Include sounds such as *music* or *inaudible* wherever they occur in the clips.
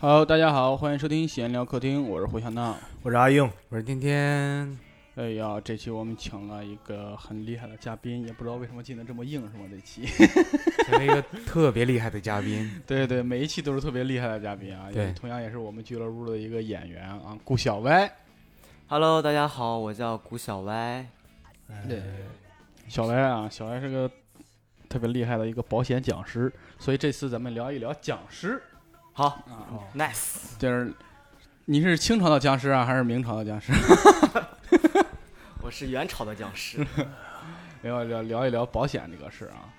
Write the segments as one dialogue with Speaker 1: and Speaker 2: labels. Speaker 1: Hello，大家好，欢迎收听闲聊客厅，我是胡小闹。
Speaker 2: 我是阿 *laughs* 英，
Speaker 3: 我是天天，
Speaker 1: 哎呀，这期我们请了一个很厉害的嘉宾，也不知道为什么进的这么硬，是吗？这期， *laughs*
Speaker 3: 请了一个特别厉害的嘉
Speaker 4: *laughs*
Speaker 3: 宾，
Speaker 1: 对对，每一期都是特别厉害的嘉宾啊，
Speaker 3: 对
Speaker 1: 也同样也是我们俱乐部的一个演员啊，顾小歪。
Speaker 4: Hello，大家好，我叫古小歪。
Speaker 1: 对，小歪啊，小歪是个特别厉害的一个保险讲师，所以这次咱们聊一聊讲师
Speaker 4: 好
Speaker 1: 啊，
Speaker 2: 哦
Speaker 4: ，Nice，
Speaker 1: 就是你是清朝的僵尸啊，还是明朝的僵尸？
Speaker 4: 我是元朝的僵尸。
Speaker 1: 聊聊聊一聊保险这个事啊。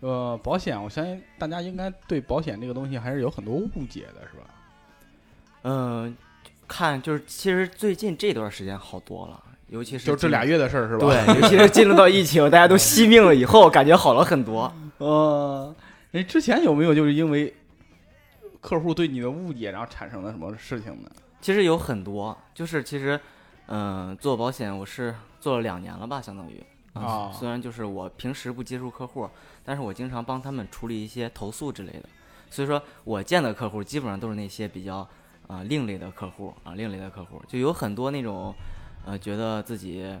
Speaker 1: 呃，保险，我相信大家应该对保险这个东西还是有很多误解的，是吧？
Speaker 4: *laughs* 嗯，看就是其实最近这段时间好多了，尤其是
Speaker 1: 就这
Speaker 4: 进
Speaker 1: 俩月的事儿，是吧？
Speaker 4: 对，尤其是进入到疫情，大家都惜命了以后，感觉好了很多。
Speaker 1: 呃，你之前有没有就是因为客户对你的误解，然后产生了什么事情呢？
Speaker 4: 其实有很多，就是其实，嗯、做保险我是做了两年了吧，相当于
Speaker 1: 啊
Speaker 4: 虽然就是我平时不接触客户，但是我经常帮他们处理一些投诉之类的，所以说我见的客户基本上都是那些比较啊、呃另类的客户啊、另类的客户，就有很多那种呃觉得自己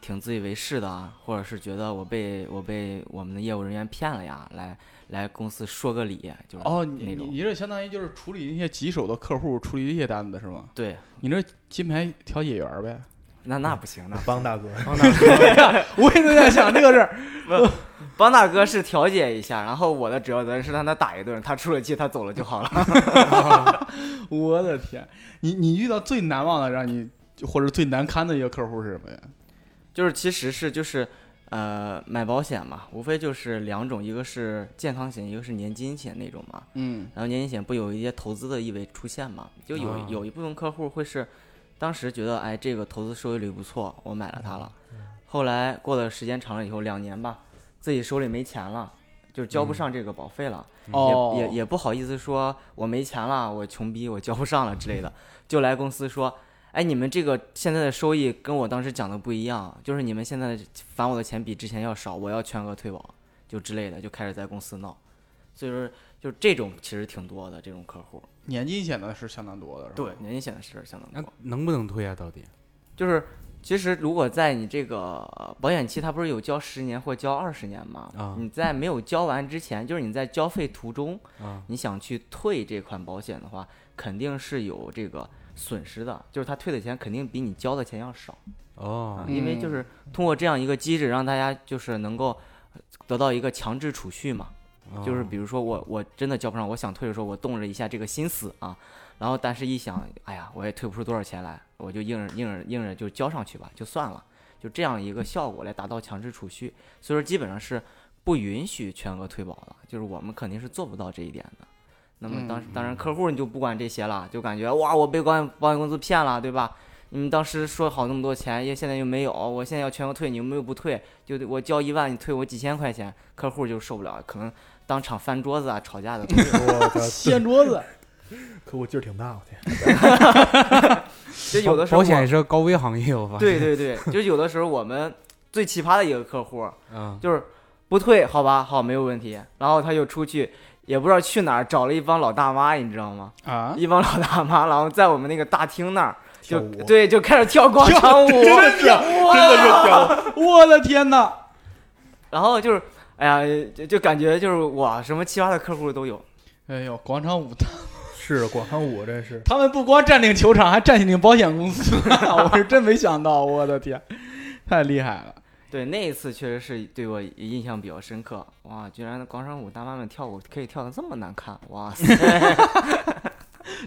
Speaker 4: 挺自以为是的啊，或者是觉得我被我被我们的业务人员骗了呀，来来公司说个理，就是
Speaker 1: 哦，
Speaker 4: 那
Speaker 1: 你你
Speaker 4: 种
Speaker 1: 你这相当于就是处理一些棘手的客户，处理这些单子是吗？
Speaker 4: 对，
Speaker 1: 你这金牌调解员呗？
Speaker 4: 那那不行，那
Speaker 2: 帮大哥，
Speaker 1: *laughs* 我一直在想这个事儿。 *laughs*
Speaker 4: 帮大哥是调解一下，然后我的主要责任是让他打一顿，他出了气他走了就好了。 *laughs*
Speaker 1: 我的天，你你遇到最难忘的让你或者最难堪的一个客户是什么呀？
Speaker 4: 就是其实是就是，呃，买保险嘛，无非就是两种，一个是健康险，一个是年金险那种嘛。
Speaker 1: 嗯
Speaker 4: 然后年金险不有一些投资的意味出现嘛？就有、
Speaker 3: 啊
Speaker 4: 有一部分客户会是，当时觉得哎这个投资收益率不错，我买了它了。嗯后来过了时间长了以后，两年吧，自己手里没钱了，就是交不上这个保费了。
Speaker 1: 哦，
Speaker 4: 嗯也也也不好意思说我没钱了，我穷逼，我交不上了之类的，就来公司说，哎，你们这个现在的收益跟我当时讲的不一样，就是你们现在返我的钱比之前要少，我要全额退保，就之类的，就开始在公司闹，所以说就这种其实挺多的这种客户，
Speaker 1: 年金险的是相当多的，是吧？
Speaker 4: 年金险的事儿相
Speaker 3: 那
Speaker 4: 当多，
Speaker 3: 能不能退啊？到底？
Speaker 4: 就是。其实，如果在你这个呃保险期，它不是有交十年或交二十年吗？
Speaker 3: 啊
Speaker 4: 你在没有交完之前，就是你在交费途中，
Speaker 3: 啊，
Speaker 4: 你想去退这款保险的话，肯定是有这个损失的，就是他退的钱肯定比你交的钱要少啊
Speaker 3: 哦，，
Speaker 4: 因为就是通过这样一个机制，让大家就是能够呃得到一个强制储蓄嘛，
Speaker 3: 哦
Speaker 4: 就是比如说我我真的交不上，我想退的时候，我动了一下这个心思啊，然后但是一想，哎呀，我也退不出多少钱来，我就硬着硬着硬着就交上去吧，就算了，就这样一个效果来达到强制储蓄，所以说基本上是不允许全额退保的，就是我们肯定是做不到这一点的。那么当时当然客户你就不管这些了，就感觉哇我被保险保险公司骗了，对吧？你们当时说好那么多钱，也现在又没有，我现在要全额退，你们又不退，就得我交一万，你退我几千块钱，客户就受不了，可能当场翻桌子啊，吵架的都有。
Speaker 2: *laughs* 我
Speaker 1: 掀
Speaker 2: 操，
Speaker 1: 桌子，
Speaker 2: 可我劲儿挺大，我天，
Speaker 4: 就有的时候
Speaker 3: 保险也
Speaker 4: 我
Speaker 3: 是个高危行业，我发现。
Speaker 4: 对对对，就有的时候我们最奇葩的一个客户
Speaker 3: 啊，
Speaker 4: 就是不退，好吧，好没有问题，然后他就出去，也不知道去哪儿，找了一帮老大妈，你知道吗？
Speaker 1: *laughs* 啊，
Speaker 4: 一帮老大妈，然后在我们那个大厅那儿
Speaker 2: 跳
Speaker 4: 就
Speaker 2: 舞，
Speaker 4: 对就开始跳广场舞，
Speaker 1: 真的是屌！我的天哪！
Speaker 4: 然后就是哎呀，就就感觉就是哇，什么奇葩的客户都有。
Speaker 1: 哎呦，广场舞，
Speaker 2: *laughs* 是广场舞，真是
Speaker 1: *laughs* 他们不光占领球场，还占领保险公司， *laughs* 我是真没想到，我的天，太厉害了！
Speaker 4: 对，那一次确实是对我印象比较深刻。哇，居然广场舞大妈们跳舞可以跳得这么难看，哇塞！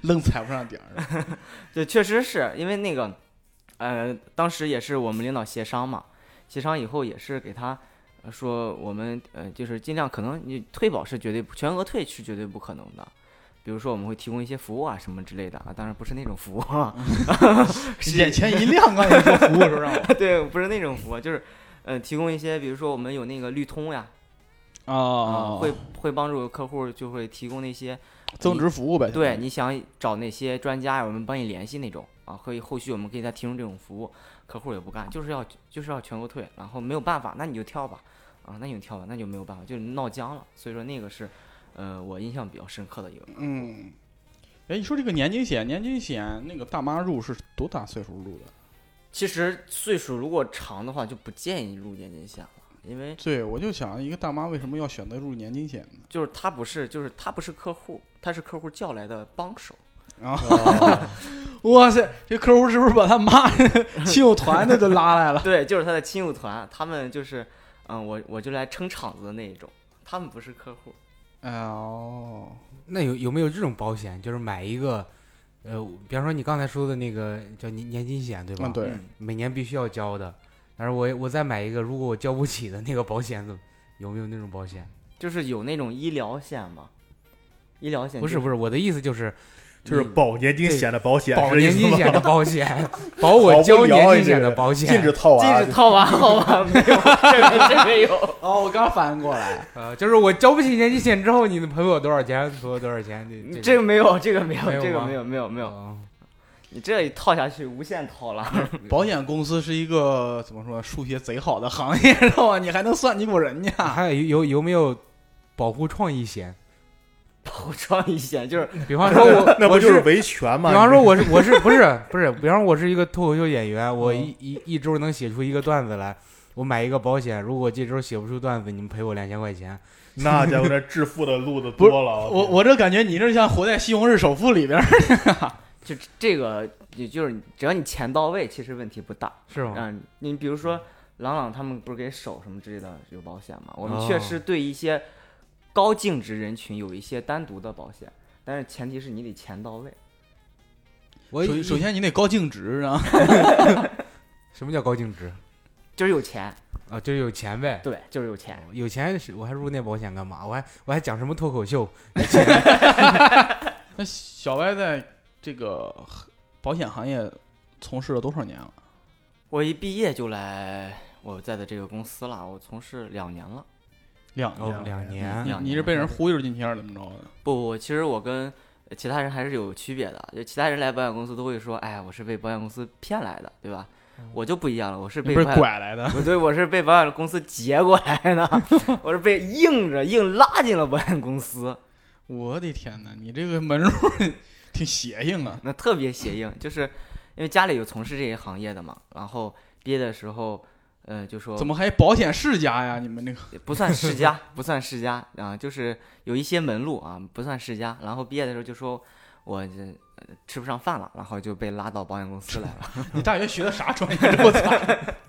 Speaker 1: 愣踩不上点儿， *laughs*
Speaker 4: 对，确实是因为那个，呃，当时也是我们领导协商嘛，协商以后也是给他呃说，我们呃就是尽量可能你退保是绝对不全额退是绝对不可能的，比如说我们会提供一些服务啊什么之类的啊，当然不是那种服务啊， *laughs*
Speaker 1: 眼前一亮啊！你说服务说让 *laughs* 我
Speaker 4: 对，不是那种服务，就是呃提供一些，比如说我们有那个绿通呀，啊、
Speaker 1: 哦
Speaker 4: 会会帮助客户就会提供那些
Speaker 1: 增值服务呗，
Speaker 4: 对，你想找哪些专家，我们帮你联系那种啊，可以后续我们可以再提供这种服务。客户也不干，就是要就是要全国退，然后没有办法，那你就跳吧，啊，那你就跳吧，那就没有办法，就闹僵了。所以说那个是，呃，我印象比较深刻的一个。
Speaker 1: 嗯，哎，你说这个年金险，年金险那个大妈入是多大岁数入的？
Speaker 4: 其实岁数如果长的话，就不建议入年金险了，因为
Speaker 1: 对，我就想一个大妈为什么要选择入年金险呢？
Speaker 4: 就是他不是，就是他不是客户，他是客户叫来的帮手。
Speaker 2: 哦
Speaker 1: 啊 *laughs* 哇塞，这客户是不是把他妈 *laughs* 亲友团的都拉来了？
Speaker 4: 对，就是他的亲友团，他们就是，嗯，我我就来撑场子的那一种，他们不是客户。
Speaker 1: *laughs* 哎呀哦，
Speaker 3: 那有有没有这种保险？就是买一个，呃，比方说你刚才说的那个叫年年金险，对吧？
Speaker 1: 嗯，对，
Speaker 4: 嗯
Speaker 3: 每年必须要交的。但是我我再买一个，如果我交不起的那个保险，怎么有没有那种保险？
Speaker 4: 就是有那种医疗险嘛，医疗险
Speaker 3: 不是不
Speaker 4: 是，
Speaker 3: 是，我的意思就是
Speaker 2: 就是保年金险的保险，
Speaker 3: 保
Speaker 2: 是这
Speaker 3: 年
Speaker 2: 意
Speaker 3: 金
Speaker 2: 思
Speaker 3: 险
Speaker 2: 吗
Speaker 3: 的保险，保我交年金险的保
Speaker 2: 禁
Speaker 3: 险
Speaker 2: 止。套娃，
Speaker 4: 禁止套娃好吧？没有，这个这个有。
Speaker 1: 哦，我刚反应过来，
Speaker 3: 呃，就是我交不起年金险之后，你能赔我多少钱？赔我多少钱？这
Speaker 4: 嗯这个没有，这个没有，
Speaker 3: 没有
Speaker 4: 这个
Speaker 3: 吗
Speaker 4: 没有，没有，没
Speaker 3: 没
Speaker 4: 有。你这一套下去，无限套了。
Speaker 1: 保
Speaker 4: *laughs*
Speaker 1: 险公司是一个怎么说数学贼好的行业， *laughs* 知道吧？你还能算计过人家？
Speaker 3: 还有有有没有保护创意险？
Speaker 4: 我装一险就是
Speaker 3: 比方说我
Speaker 2: *laughs* 那不
Speaker 3: 我
Speaker 2: 就是维权吗？
Speaker 3: 比方说
Speaker 2: 你
Speaker 3: 我是我是不是不是？比方说我是一个脱口秀演员，我
Speaker 1: 嗯
Speaker 3: 一一一周能写出一个段子来，我买一个保险，如果这周写不出段子，你们赔我两千块钱。
Speaker 2: 那家伙这致富的路子多了，
Speaker 1: 我我这感觉你这像活在《西红柿首富》里边儿。
Speaker 4: 就这个，也就是只要你钱到位，其实问题不大。
Speaker 3: 是吗？
Speaker 4: 嗯，你比如说朗朗他们不是给手什么之类的有保险吗？我们
Speaker 3: 哦
Speaker 4: 确实对一些高净值人群有一些单独的保险，但是前提是你得钱到位。
Speaker 3: 我
Speaker 1: 首首先你得高净值 *laughs* 啊，
Speaker 3: 什么叫高净值
Speaker 4: 就是有钱，
Speaker 3: 啊？就是有钱呗。
Speaker 4: 对，就是有钱。
Speaker 3: 有钱是我还入那保险干嘛？我还我还讲什么脱口秀？
Speaker 1: 那小歪在这个保险行业从事了多少年了？
Speaker 4: 我一毕业就来我在的这个公司了，我从事两年了。
Speaker 1: 两
Speaker 3: 哦，两年
Speaker 1: 你
Speaker 4: 两
Speaker 1: 你是被人忽悠进去还是怎么着的？
Speaker 4: 不不，其实我跟呃其他人还是有区别的，就其他人来保险公司都会说，哎，我是被保险公司骗来的，对吧？我就不一样了，我是
Speaker 1: 嗯你
Speaker 4: 被
Speaker 1: 不是
Speaker 4: 保险
Speaker 1: 拐来的？
Speaker 4: 不对，我是被保险公司劫过来的，我是被硬着硬拉进了保险公司，
Speaker 1: 我的天哪，你这个门路 *laughs* 挺邪性啊！
Speaker 4: 那特别邪硬，就是因为家里有从事这一行业的嘛，然后毕业的时候，呃，就说
Speaker 1: 怎么还保险世家呀？你们 *laughs* 那个
Speaker 4: 不算世
Speaker 3: *laughs*
Speaker 4: 家，不算世家啊，就是有一些门路啊，不算世家，然后毕业的时候就说我这呃吃不上饭了，然后就被拉到保险公司来了， *laughs*
Speaker 1: 你大学学的啥专业？ *laughs* 我操！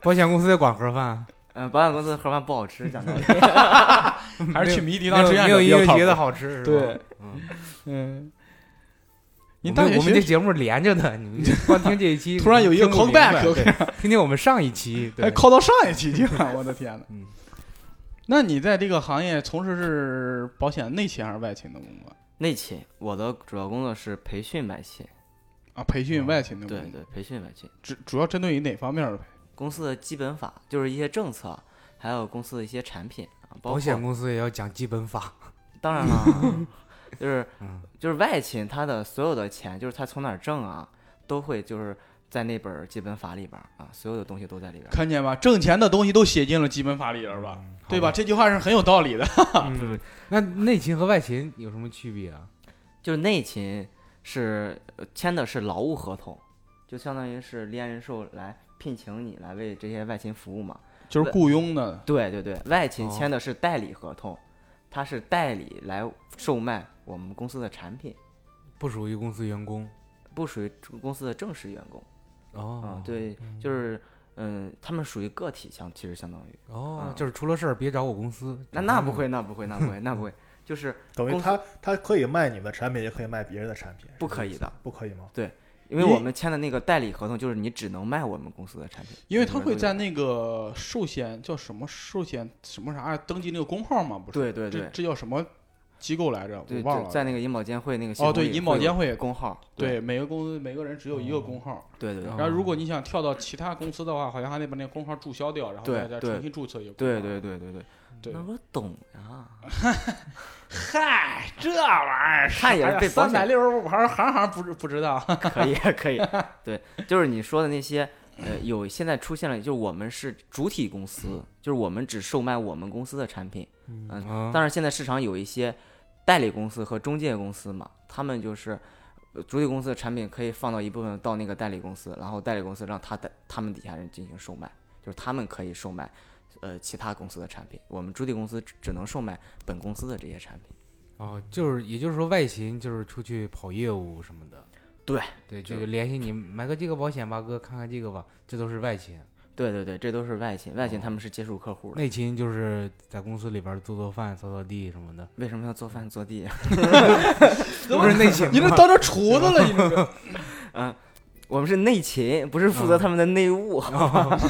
Speaker 3: 保险公司也管盒饭，啊
Speaker 4: 嗯、保险公司的盒饭不好吃，讲道理， *laughs*
Speaker 1: 还是去迷笛
Speaker 3: 没
Speaker 1: 当
Speaker 3: 有
Speaker 1: 志愿
Speaker 3: 没
Speaker 1: 者
Speaker 3: 有
Speaker 1: 比较
Speaker 3: 音乐
Speaker 1: 靠
Speaker 3: 节的
Speaker 1: 谱
Speaker 3: 好吃。是吧
Speaker 1: 对，
Speaker 3: 嗯，
Speaker 1: 嗯，
Speaker 3: 我
Speaker 1: 你
Speaker 3: 们
Speaker 1: 大学
Speaker 3: 我们这
Speaker 1: 学
Speaker 3: 节目连着的，
Speaker 1: *laughs*
Speaker 3: 你们光听这一期
Speaker 1: 突然有一个
Speaker 3: 听不明白
Speaker 1: callback，我
Speaker 3: 对听听我们上一期，对
Speaker 1: 还，靠到上一期去 *laughs* 了，我的天哪！
Speaker 3: 嗯
Speaker 1: 那你在这个行业从事是保险内勤还是外勤的工作
Speaker 4: 内勤，我的主要工作是培训外勤，
Speaker 1: 啊？培训外勤的工
Speaker 4: 对
Speaker 1: 作，
Speaker 4: 对，培训外勤。
Speaker 1: 主主要针对于哪方面的培训？
Speaker 4: 公司的基本法，就是一些政策，还有公司的一些产品啊，包
Speaker 3: 保险
Speaker 4: 括
Speaker 3: 公司也要讲基本法。
Speaker 4: 当
Speaker 3: *laughs*
Speaker 4: 然了，就是
Speaker 3: 嗯
Speaker 4: 就是外勤，他的所有的钱，就是他从哪儿挣啊，都会就是在那本儿基本法里边儿啊，所有的东西都在里边儿。
Speaker 1: 看见吧，挣钱的东西都写进了基本法里边儿嗯吧， *laughs* 对吧？这句话是很有道理的。
Speaker 3: 嗯，那内勤和外勤有什么区别啊？
Speaker 4: 就是内勤是呃签的是劳务合同，就相当于是猎人寿来聘请你来为这些外勤服务嘛。
Speaker 1: 就是雇佣的，
Speaker 4: 对对对，外勤
Speaker 3: 哦
Speaker 4: 签的是代理合同，他是代理来售卖我们公司的产品，
Speaker 3: 不属于公司员工。
Speaker 4: 不属于公司的正式员工。啊
Speaker 3: 哦，，，
Speaker 4: 对，就是嗯，他们属于个体相，其实相当于
Speaker 3: 哦
Speaker 4: 嗯，
Speaker 3: 就是出了事儿别找我公司。
Speaker 1: 哦
Speaker 4: 那那不会，那不会，那不会，那
Speaker 1: *laughs*
Speaker 4: 不会，就是
Speaker 2: 等于
Speaker 4: 公司
Speaker 2: 他他可以卖你们的产品，也可以卖别人的产品，
Speaker 4: 不可以的，
Speaker 2: 不可以吗？
Speaker 4: 因为
Speaker 1: 因
Speaker 4: 我
Speaker 1: 为
Speaker 4: 们签的那个代理合同就是你只能卖我们公司的产品，
Speaker 1: 因为他
Speaker 4: 里边
Speaker 1: 会
Speaker 4: 都有
Speaker 1: 在那个寿险叫什么寿险什么啥登记那个工号嘛，不是？
Speaker 4: 对对
Speaker 1: 这
Speaker 4: 对
Speaker 1: 这叫什么机构来着？我
Speaker 4: 对，
Speaker 1: 忘
Speaker 4: 就
Speaker 1: 了。
Speaker 4: 在那个银保监会那个系
Speaker 1: 哦，
Speaker 4: 统
Speaker 1: 对，
Speaker 4: 里
Speaker 1: 银
Speaker 4: 会
Speaker 1: 保
Speaker 4: 有
Speaker 1: 监会
Speaker 4: 工哦号，
Speaker 1: 对，每个公司每个人只有一个工号，
Speaker 4: 对对对
Speaker 1: 然后如果你想跳到其他公司的话，好像还得把那个工号注销掉，然后
Speaker 4: 对
Speaker 1: 再再
Speaker 4: 对
Speaker 1: 重新注册一个工
Speaker 4: 对
Speaker 1: 号。
Speaker 4: 对对对对，
Speaker 1: 对
Speaker 4: 那我懂呀，
Speaker 1: 嗨，这玩意儿
Speaker 4: 看也是被保
Speaker 1: 三百
Speaker 4: 险
Speaker 1: 六十五行行行不知不知
Speaker 4: *laughs*
Speaker 1: 道。
Speaker 4: *laughs* 可以啊可以，对，就是你说的那些。呃，有现在出现了，就是我们是主体公
Speaker 1: 嗯
Speaker 4: 司，就是我们只售卖我们公司的产品，
Speaker 2: 嗯，
Speaker 3: 啊，
Speaker 4: 但是现在市场有一些代理公司和中介公司嘛，他们就是呃主体公司的产品可以放到一部分到那个代理公司，然后代理公司让他的他们底下人进行售卖，就是他们可以售卖呃其他公司的产品，我们主体公司只只能售卖本公司的这些产品。
Speaker 3: 哦，就是也就是说外勤就是出去跑业务什么的。
Speaker 4: 对
Speaker 3: 对，
Speaker 4: 就
Speaker 3: 就联系你买个这个保险吧，哥看看这个吧，这都是外勤。
Speaker 4: 对对对，这都是外勤，外勤
Speaker 3: 哦
Speaker 4: 他们是接触客户的。
Speaker 3: 内勤就是在公司里边做做饭、扫扫地什么的。
Speaker 4: 为什么要做饭做地？啊
Speaker 3: 不是内勤 *laughs* 吗，
Speaker 1: 你这当成厨子了，你
Speaker 4: *laughs*
Speaker 1: 这个
Speaker 4: 嗯，我们是内勤，不是负
Speaker 3: 嗯
Speaker 4: 责他们的内务。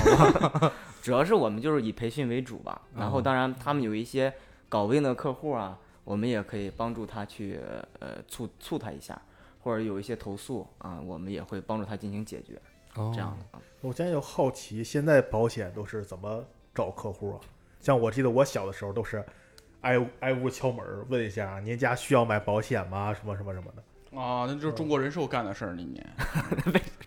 Speaker 4: *laughs* 主要是我们就是以培训为主吧，然后
Speaker 3: 哦嗯
Speaker 4: 当然他们有一些搞 win 的客户啊，我们也可以帮助他去呃促促他一下，或者有一些投诉啊、我们也会帮助他进行解决，
Speaker 3: 哦
Speaker 4: 这样的啊。
Speaker 2: 我现在就好奇，现在保险都是怎么找客户啊？像我记得我小的时候都是挨挨屋敲门儿问一下，您家需要买保险吗？什么什么什么的。
Speaker 1: 啊，那就是中国人寿干的事儿，那年，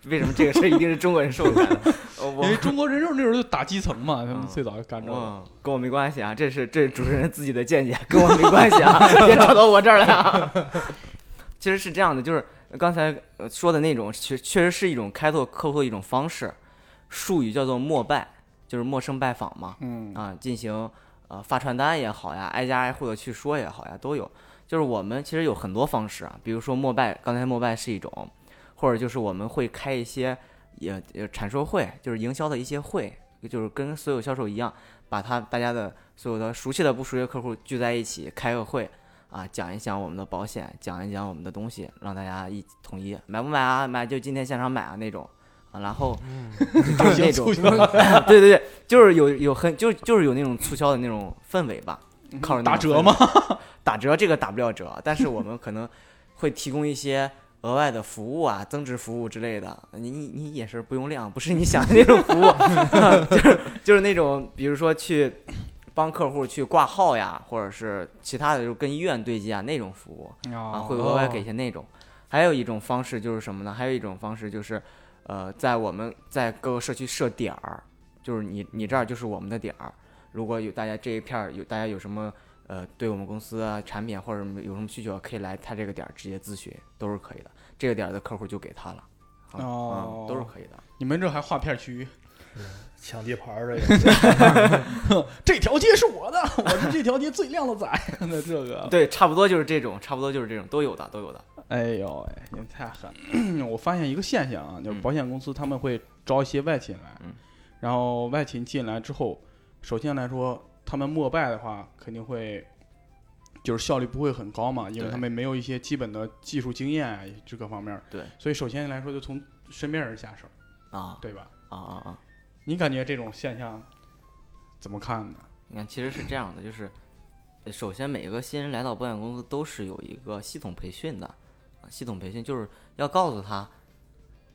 Speaker 4: 为什么这个事儿一定是中国人受干的？ *laughs* 呃
Speaker 1: 因
Speaker 4: 我
Speaker 1: 为中国人寿那时候就打基层嘛，他们
Speaker 4: 嗯
Speaker 1: 最早就干这个。
Speaker 4: 我跟我没关系啊，这是这是主持人自己的见解，跟我没关系啊，别找到我这儿来啊。 *laughs* 其实是这样的，就是刚才呃说的那种，确确实是一种开拓客户的一种方式，术语叫做陌拜，就是陌生拜访嘛。
Speaker 1: 嗯，
Speaker 4: 啊，进行呃发传单也好呀，挨家挨户的去说也好呀，都有。就是我们其实有很多方式啊，比如说陌拜，刚才陌拜是一种，或者就是我们会开一些也也阐述会，就是营销的一些会，就是跟所有销售一样，把他大家的所有的熟悉的不熟悉的客户聚在一起开个会。啊，讲一讲我们的保险，讲一讲我们的东西，让大家一统一买不买啊？买就今天现场买啊那种啊，然后 *laughs*
Speaker 1: *laughs*
Speaker 4: 就是那种
Speaker 1: 促销
Speaker 4: *laughs* 对对对，就是有有很就就是有那种促销的那种氛围吧，靠着
Speaker 1: 嗯
Speaker 4: 那
Speaker 1: 打
Speaker 4: 种
Speaker 1: 折
Speaker 4: 氛
Speaker 1: 吗？
Speaker 4: 围？打折这个打不了折，但是我们可能会提供一些额外的服务啊，增值服务之类的。你你你也是不用量，不是你想的那种服务， *laughs* 就是就是那种比如说去帮客户去挂号呀，或者是其他的就是跟医院对接啊那种服务。啊，
Speaker 1: 哦
Speaker 4: 会额外给一些那种。还有一种方式就是什么呢？还有一种方式就是，呃，在我们在各个社区设点儿，就是你你这儿就是我们的点儿。如果有大家这一片儿有大家有什么呃对我们公司啊产品或者有什么需求，啊可以来他这个点儿直接咨询，都是可以的。这个点儿的客户就给他了，啊
Speaker 1: 哦
Speaker 4: 嗯，都是可以的。
Speaker 1: 你们这还划片区？
Speaker 2: 抢地盘儿的也
Speaker 1: 这条街是我的，我是这条街最靓的仔。 *laughs* 那这个，
Speaker 4: 对，差不多就是这种，差不多就是这种，都有的，都有的。
Speaker 1: 哎呦喂、你们太狠了！ *clears throat* 我发现一个现象啊，就是
Speaker 4: 嗯
Speaker 1: 保险公司他们会招一些外勤来，
Speaker 4: 嗯
Speaker 1: 然后外勤进来之后，首先来说，他们默拜的话肯定会。就是效率不会很高嘛，因为
Speaker 4: 对
Speaker 1: 他们没有一些基本的技术经验啊，这各方面。
Speaker 4: 对，
Speaker 1: 所以首先来说，就从身边人下手，
Speaker 4: 啊
Speaker 1: 对吧？
Speaker 4: 啊啊啊！
Speaker 1: 你感觉这种现象怎么看呢？
Speaker 4: 你看，其实是这样的，就是呃首先每个新人来到保险公司都是有一个系统培训的，啊系统培训就是要告诉他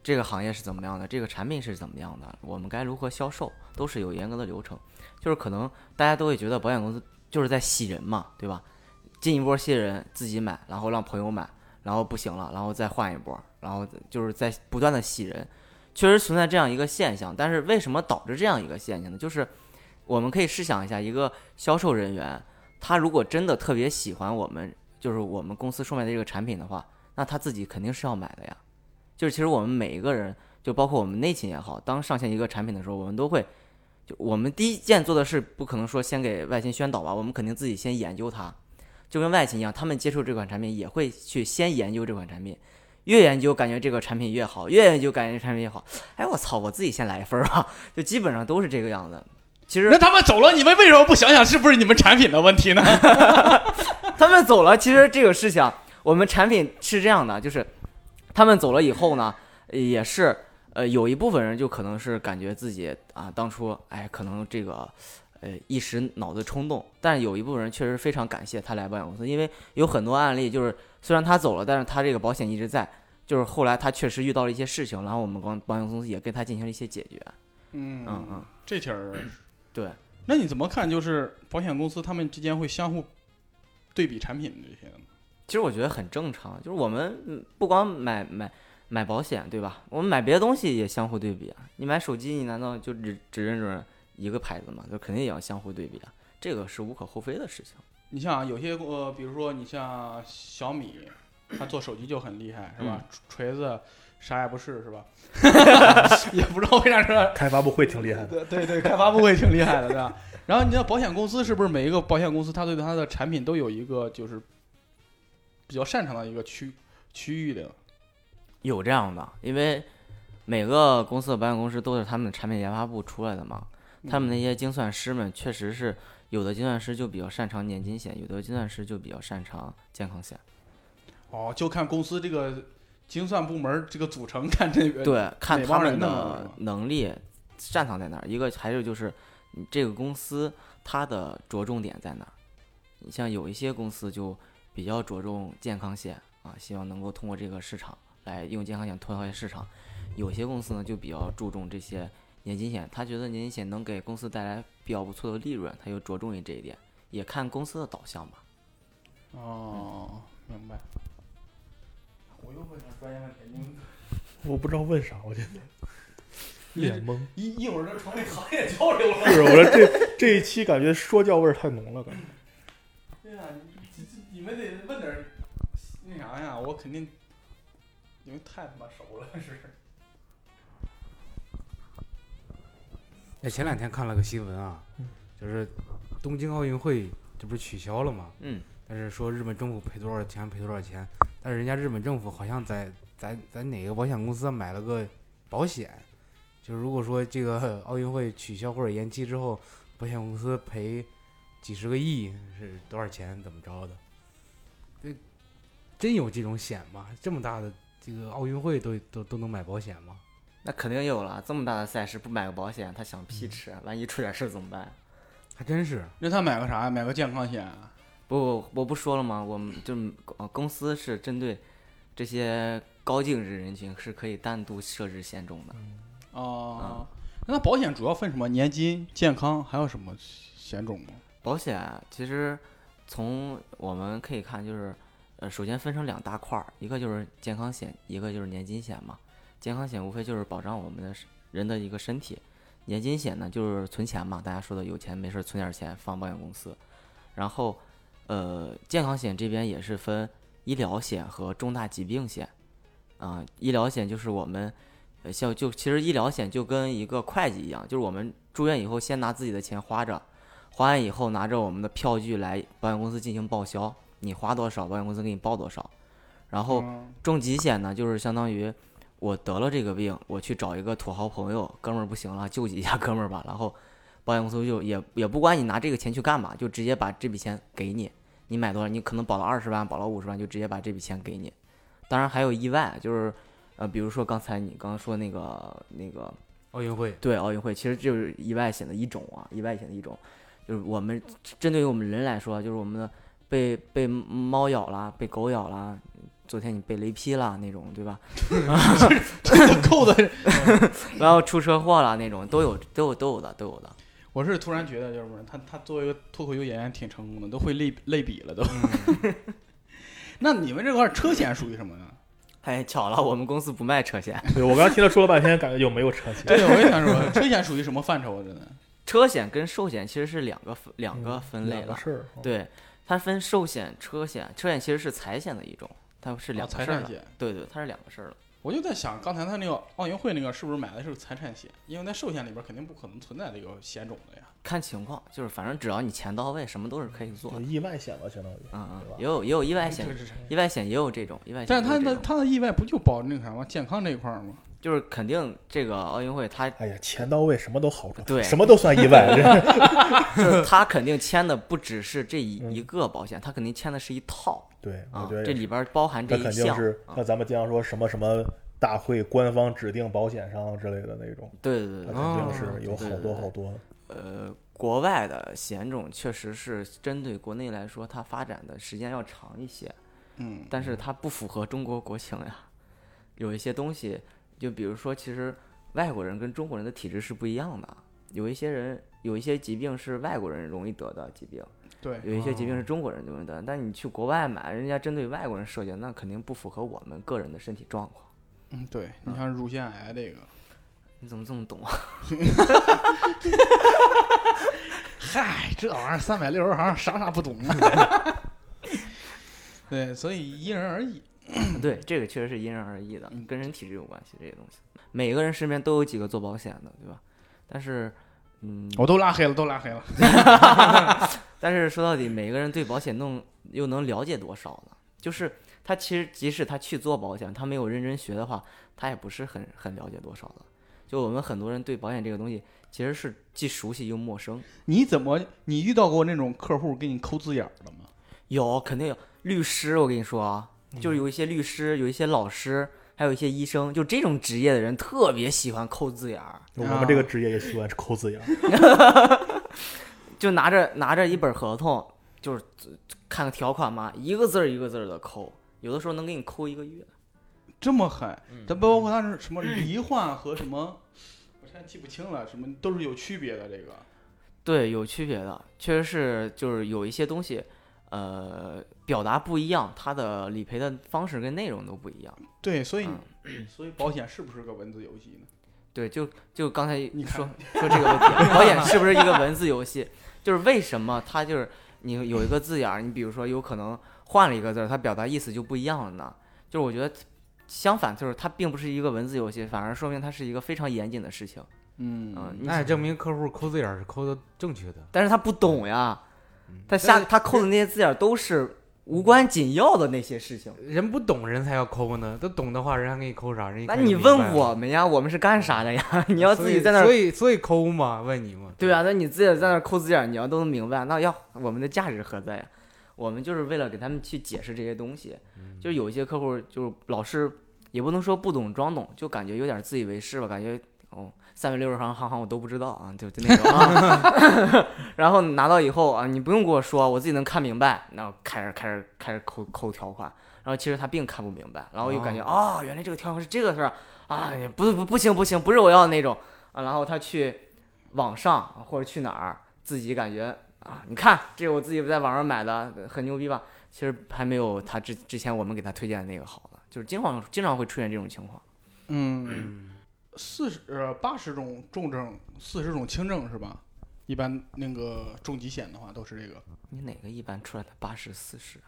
Speaker 4: 这个行业是怎么样的，这个产品是怎么样的，我们该如何销售，都是有严格的流程。就是可能大家都会觉得保险公司就是在洗人嘛，对吧？进一波新人自己买，然后让朋友买，然后不行了，然后再换一波，然后就是在不断的洗人，确实存在这样一个现象。但是为什么导致这样一个现象呢？就是我们可以试想一下，一个销售人员，他如果真的特别喜欢我们，就是我们公司售卖的这个产品的话，那他自己肯定是要买的呀。就是其实我们每一个人，就包括我们内勤也好，当上线一个产品的时候，我们都会，就我们第一件做的事，不可能说先给外勤宣导吧，我们肯定自己先研究它，就跟外勤一样，他们接触这款产品也会去先研究这款产品。越研究感觉这个产品越好，越研究感觉这个产品越好。哎，我操，我自己先来一份儿吧，就基本上都是这个样子。其实
Speaker 1: 那他们走了，你们为什么不想想是不是你们产品的问题呢？
Speaker 4: *laughs* 他们走了，其实这个事情，我们产品是这样的，就是他们走了以后呢，也是呃有一部分人就可能是感觉自己啊当初哎可能这个呃一时脑子冲动，但是有一部分人确实非常感谢他来保险公司，因为有很多案例就是虽然他走了，但是他这个保险一直在，就是后来他确实遇到了一些事情，然后我们光保险公司也跟他进行了一些解决，
Speaker 1: 嗯
Speaker 4: 嗯嗯，
Speaker 1: 这题儿，
Speaker 4: 对。
Speaker 1: 那你怎么看？就是保险公司他们之间会相互对比产品这些的吗？
Speaker 4: 其实我觉得很正常，就是我们嗯不光买买买保险，对吧？我们买别的东西也相互对比啊。你买手机，你难道就只只认准一个牌子吗？就肯定也要相互对比啊，这个是无可厚非的事情。
Speaker 1: 你像有些呃，比如说你像小米，他做手机就很厉害，是吧
Speaker 4: 嗯？
Speaker 1: 锤子啥也不是，
Speaker 4: *laughs*
Speaker 1: 是吧？也不知道为啥说
Speaker 2: 开发布会挺厉害的，
Speaker 1: 对对对，开发布会挺厉害的，对吧？然后你知道保险公司是不是每一个保险公司，它对它的产品都有一个就是比较擅长的一个区区域的？
Speaker 4: 有这样的，因为每个公司的保险公司都是他们的产品研发部出来的嘛，
Speaker 1: 嗯
Speaker 4: 他们那些精算师们确实是有的精算师就比较擅长年金险，有的精算师就比较擅长健康险。
Speaker 1: 哦，就看公司这个精算部门这个组成，看这个
Speaker 4: 对，看
Speaker 1: 哪
Speaker 4: 他
Speaker 1: 帮
Speaker 4: 们
Speaker 1: 人弄的是
Speaker 4: 的
Speaker 1: 吧
Speaker 4: 能力擅长在哪儿。一个还有就是你这个公司它的着重点在哪儿。你像有一些公司就比较着重健康险啊，希望能够通过这个市场来用健康险推回市场；有些公司呢就比较注重这些年金险，他觉得年金险能给公司带来比较不错的利润，他就着重于这一点，也看公司的导向吧。
Speaker 1: 哦，
Speaker 4: 嗯
Speaker 1: 明白。
Speaker 5: 我又问了专业问题，你们
Speaker 2: 我不知道问啥，我这一
Speaker 1: 你
Speaker 2: *laughs* 脸懵。
Speaker 1: 一一会儿就成为行业交流了。
Speaker 2: 是我说这这一期感觉说教味儿太浓了，感觉
Speaker 1: 对呀、你你们得问点那啥呀，我肯定因为太他妈熟了是。
Speaker 3: 哎，前两天看了个新闻啊
Speaker 2: 嗯，
Speaker 3: 就是东京奥运会这不是取消了吗？
Speaker 4: 嗯，
Speaker 3: 但是说日本政府赔多少钱赔多少钱，但是人家日本政府好像在在在哪个保险公司买了个保险，就是如果说这个 *laughs* 奥运会取消或者延期之后，保险公司赔几十个亿是多少钱怎么着的？这真有这种险吗？这么大的这个奥运会都都都能买保险吗？
Speaker 4: 那肯定有了，这么大的赛事不买个保险，他想屁吃，万一出点事儿怎么办？
Speaker 3: 还真是，
Speaker 1: 那他买个啥呀？买个健康险啊？
Speaker 4: 不，我不说了吗？我们就是呃公司是针对这些高净值人群是可以单独设置险种的。
Speaker 1: 哦、
Speaker 4: 嗯
Speaker 1: 那保险主要分什么？年金、健康，还有什么险种吗？
Speaker 4: 保险其实从我们可以看，就是呃，首先分成两大块儿，一个就是健康险，一个就是年金险嘛。健康险无非就是保障我们的身人的一个身体，年金险呢就是存钱嘛，大家说的有钱没事儿存点钱放保险公司。然后，呃，健康险这边也是分医疗险和重大疾病险。啊、医疗险就是我们，呃，像就其实医疗险就跟一个会计一样，就是我们住院以后先拿自己的钱花着，花完以后拿着我们的票据来保险公司进行报销，你花多少，保险公司给你报多少。然后
Speaker 1: 嗯
Speaker 4: 重疾险呢，就是相当于我得了这个病，我去找一个土豪朋友，哥们儿不行了，救济一下哥们儿吧。然后保险公司就也也不管你拿这个钱去干嘛，就直接把这笔钱给你。你买多少，你可能保了二十万，保了五十万，就直接把这笔钱给你。当然还有意外，就是呃，比如说刚才你刚刚说那个那个
Speaker 3: 奥运会
Speaker 4: 对，奥运会其实就是意外险的一种啊，意外险的一种，就是我们针对于我们人来说，就是我们的被被猫咬啦，被狗咬啦，昨天你被雷劈啦那种，对吧？
Speaker 1: *laughs* 扣的，
Speaker 4: 然后出车祸啦那种，都有都有都有的都有的。
Speaker 1: 我是突然觉得，就是他他作为一个脱口秀演员挺成功的，都会类类比了都。 *laughs* 那你们这块儿车险属于什么呢？
Speaker 4: 哎，巧了，我们公司不卖车险，
Speaker 2: 对我刚才听他说了半天，感觉就没有车
Speaker 4: *laughs*
Speaker 2: 险。
Speaker 1: 对，我也想说，车险属于什么范畴？真的？
Speaker 4: 车险跟寿险其实是两个分两个分
Speaker 2: 嗯
Speaker 4: 类
Speaker 2: 两个
Speaker 4: 了。
Speaker 2: 事儿，啊
Speaker 4: 对，它分寿险、车险，车险其实是财险的一种，它是两
Speaker 1: 哦财
Speaker 4: 个事儿啊
Speaker 1: 产
Speaker 4: 了。
Speaker 1: 险。
Speaker 4: 对对，它是两个事儿了。
Speaker 1: 我就在想，刚才他那个奥运会那个是不是买的是财产险？因为在寿险里边肯定不可能存在这个险种的呀。
Speaker 4: 看情况，就是反正只要你钱到位，什么都是可以做
Speaker 2: 就
Speaker 4: 的。
Speaker 2: 意外险吧，相当于。
Speaker 4: 嗯嗯
Speaker 2: 对吧，
Speaker 4: 也有也有意外险
Speaker 1: 这，这这
Speaker 4: 意外险也有这种意外险
Speaker 1: 但
Speaker 4: 也
Speaker 1: 是
Speaker 4: 有
Speaker 1: 他
Speaker 4: 这种，
Speaker 1: 的他的意外不就保那个啥吗？健康这一块儿吗？
Speaker 4: 就是肯定这个奥运会
Speaker 2: *laughs*
Speaker 4: 他，
Speaker 2: 哎呀，钱到位，什么都好说，
Speaker 4: 对
Speaker 2: 什么都算意外。
Speaker 4: *laughs*
Speaker 2: 这
Speaker 4: 就是他肯定签的不只是这一一个保险，他肯定签的是一套
Speaker 2: 对，嗯我
Speaker 4: 啊，
Speaker 2: 觉得
Speaker 4: 这
Speaker 2: 也是
Speaker 4: 里边包含这
Speaker 2: 那
Speaker 4: 一
Speaker 2: 肯定
Speaker 4: 项
Speaker 2: 是，
Speaker 4: 啊
Speaker 2: 那咱们经常说什么什么大会官方指定保险商之类的那种，
Speaker 4: 对对对
Speaker 2: 那肯
Speaker 4: 对，
Speaker 2: 定
Speaker 3: 哦
Speaker 2: 是有好多好多。
Speaker 4: 呃，国外的险种确实是针对国内来说，它发展的时间要长一些，
Speaker 1: 嗯，
Speaker 4: 但是它不符合中国国情呀。有一些东西，就比如说，其实外国人跟中国人的体质是不一样的，有一些人有一些疾病是外国人容易得的疾病。
Speaker 1: 对，
Speaker 4: 有一些疾病是中国人就能得，但你去国外买，人家针对外国人设计的，那肯定不符合我们个人的身体状况。
Speaker 1: 嗯，对，你像乳腺癌这个，
Speaker 4: 你怎么这么懂啊？
Speaker 1: 嗨，这玩意儿 *laughs* 三百六十行，啥啥不懂啊。对，所以因人而异。
Speaker 4: *laughs* 对，这个确实是因人而异的
Speaker 1: 嗯，
Speaker 4: 跟人体质有关系，这些东西，每个人身边都有几个做保险的，对吧？但是，嗯，
Speaker 1: 我都拉黑了，都拉黑了。
Speaker 4: 但是说到底，每个人对保险弄又能了解多少呢？就是他其实即使他去做保险，他没有认真学的话，他也不是很很了解多少的。就我们很多人对保险这个东西其实是既熟悉又陌生。
Speaker 1: 你怎么，你遇到过那种客户给你抠字眼儿的吗？
Speaker 4: 有肯定有律师，我跟你说啊，就是有一些律师，有一些老师，还有一些医生，就这种职业的人特别喜欢抠字眼儿，
Speaker 2: 我们这个职业也喜欢抠字眼儿，
Speaker 4: 就拿着拿着一本合同，就是看个条款嘛，一个字儿一个字儿的抠，有的时候能给你抠一个月。
Speaker 1: 这么狠
Speaker 5: 嗯，
Speaker 1: 咱包括他是什么罹患和什么， *laughs* 我现在记不清了，什么都是有区别的。这个
Speaker 4: 对，有区别的，确实是就是有一些东西，呃，表达不一样，它的理赔的方式跟内容都不一样。
Speaker 1: 对，所以
Speaker 4: 嗯，
Speaker 1: *clears throat* 所以保险是不是个文字游戏呢？
Speaker 4: 对，就就刚才
Speaker 1: 你看
Speaker 4: 说说这个
Speaker 1: *laughs*
Speaker 4: 问题，啊导演是不是一个文字游戏？就是为什么它就是你有一个字眼儿，你比如说有可能换了一个字儿，它表达意思就不一样了呢？就是我觉得相反，就是它并不是一个文字游戏，反而说明它是一个非常严谨的事情。嗯
Speaker 1: 嗯，
Speaker 4: 你
Speaker 3: 那也证明客户抠字眼儿是抠的正确的。
Speaker 4: 但是他不懂呀，
Speaker 3: 嗯
Speaker 4: 他下他扣的那些字眼儿都是无关紧要的那些事情。
Speaker 3: 人不懂人才要抠呢，都懂的话人还给你抠啥？人一
Speaker 4: 那
Speaker 3: 看就
Speaker 4: 你
Speaker 3: 明白
Speaker 4: 问
Speaker 3: 了，
Speaker 4: 我们呀，我们是干啥的呀？ *laughs* 你要自己
Speaker 3: 所以
Speaker 4: 在那
Speaker 3: 所
Speaker 4: 儿，
Speaker 3: 以所以抠嘛？问你嘛？
Speaker 4: 对啊，那你自己在那儿扣字眼儿，你要都能明白，那要我们的价值何在呀？我们就是为了给他们去解释这些东西，
Speaker 3: 嗯
Speaker 4: 就是有一些客户就是老是也不能说不懂装懂，就感觉有点自以为是吧，感觉哦三百六十行行行我都不知道啊，就就那种啊。 *laughs* 然后拿到以后啊，你不用跟我说，我自己能看明白。然后开始开始开始抠抠条款，然后其实他并看不明白，然后又感觉哦原来这个条款是这个事儿啊，也不不不行不行，不是我要的那种啊。然后他去网上或者去哪儿自己感觉啊，你看这我自己在网上买的，很牛逼吧？其实还没有他之之前我们给他推荐的那个好呢，就是经常经常会出现这种情况。
Speaker 1: 嗯，四十呃八十种重症，四十种轻症是吧？一般那个重疾险的话都是这个，
Speaker 4: 你哪个一般出来的八十四十？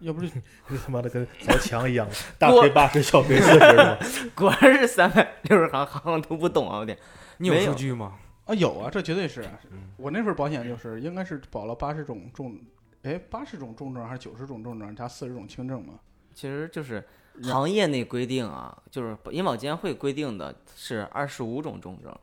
Speaker 1: 要不是
Speaker 2: 这他妈的跟凿墙一
Speaker 4: *laughs*
Speaker 2: 样，大锤八十，小锤四十嘛。
Speaker 4: 果然是三百六十行，行行都不懂啊！我天，
Speaker 3: 你有
Speaker 4: 没
Speaker 3: 数
Speaker 4: 有
Speaker 3: 据吗？ *laughs*
Speaker 1: 啊有啊，这绝对是啊。我那份保险就是应该是保了八十种重，哎八十种重症还是九十种重症加四十种轻症嘛？
Speaker 4: 其实就是
Speaker 1: 然
Speaker 4: 行业内规定啊，就是银保监会规定的是二十五种重症，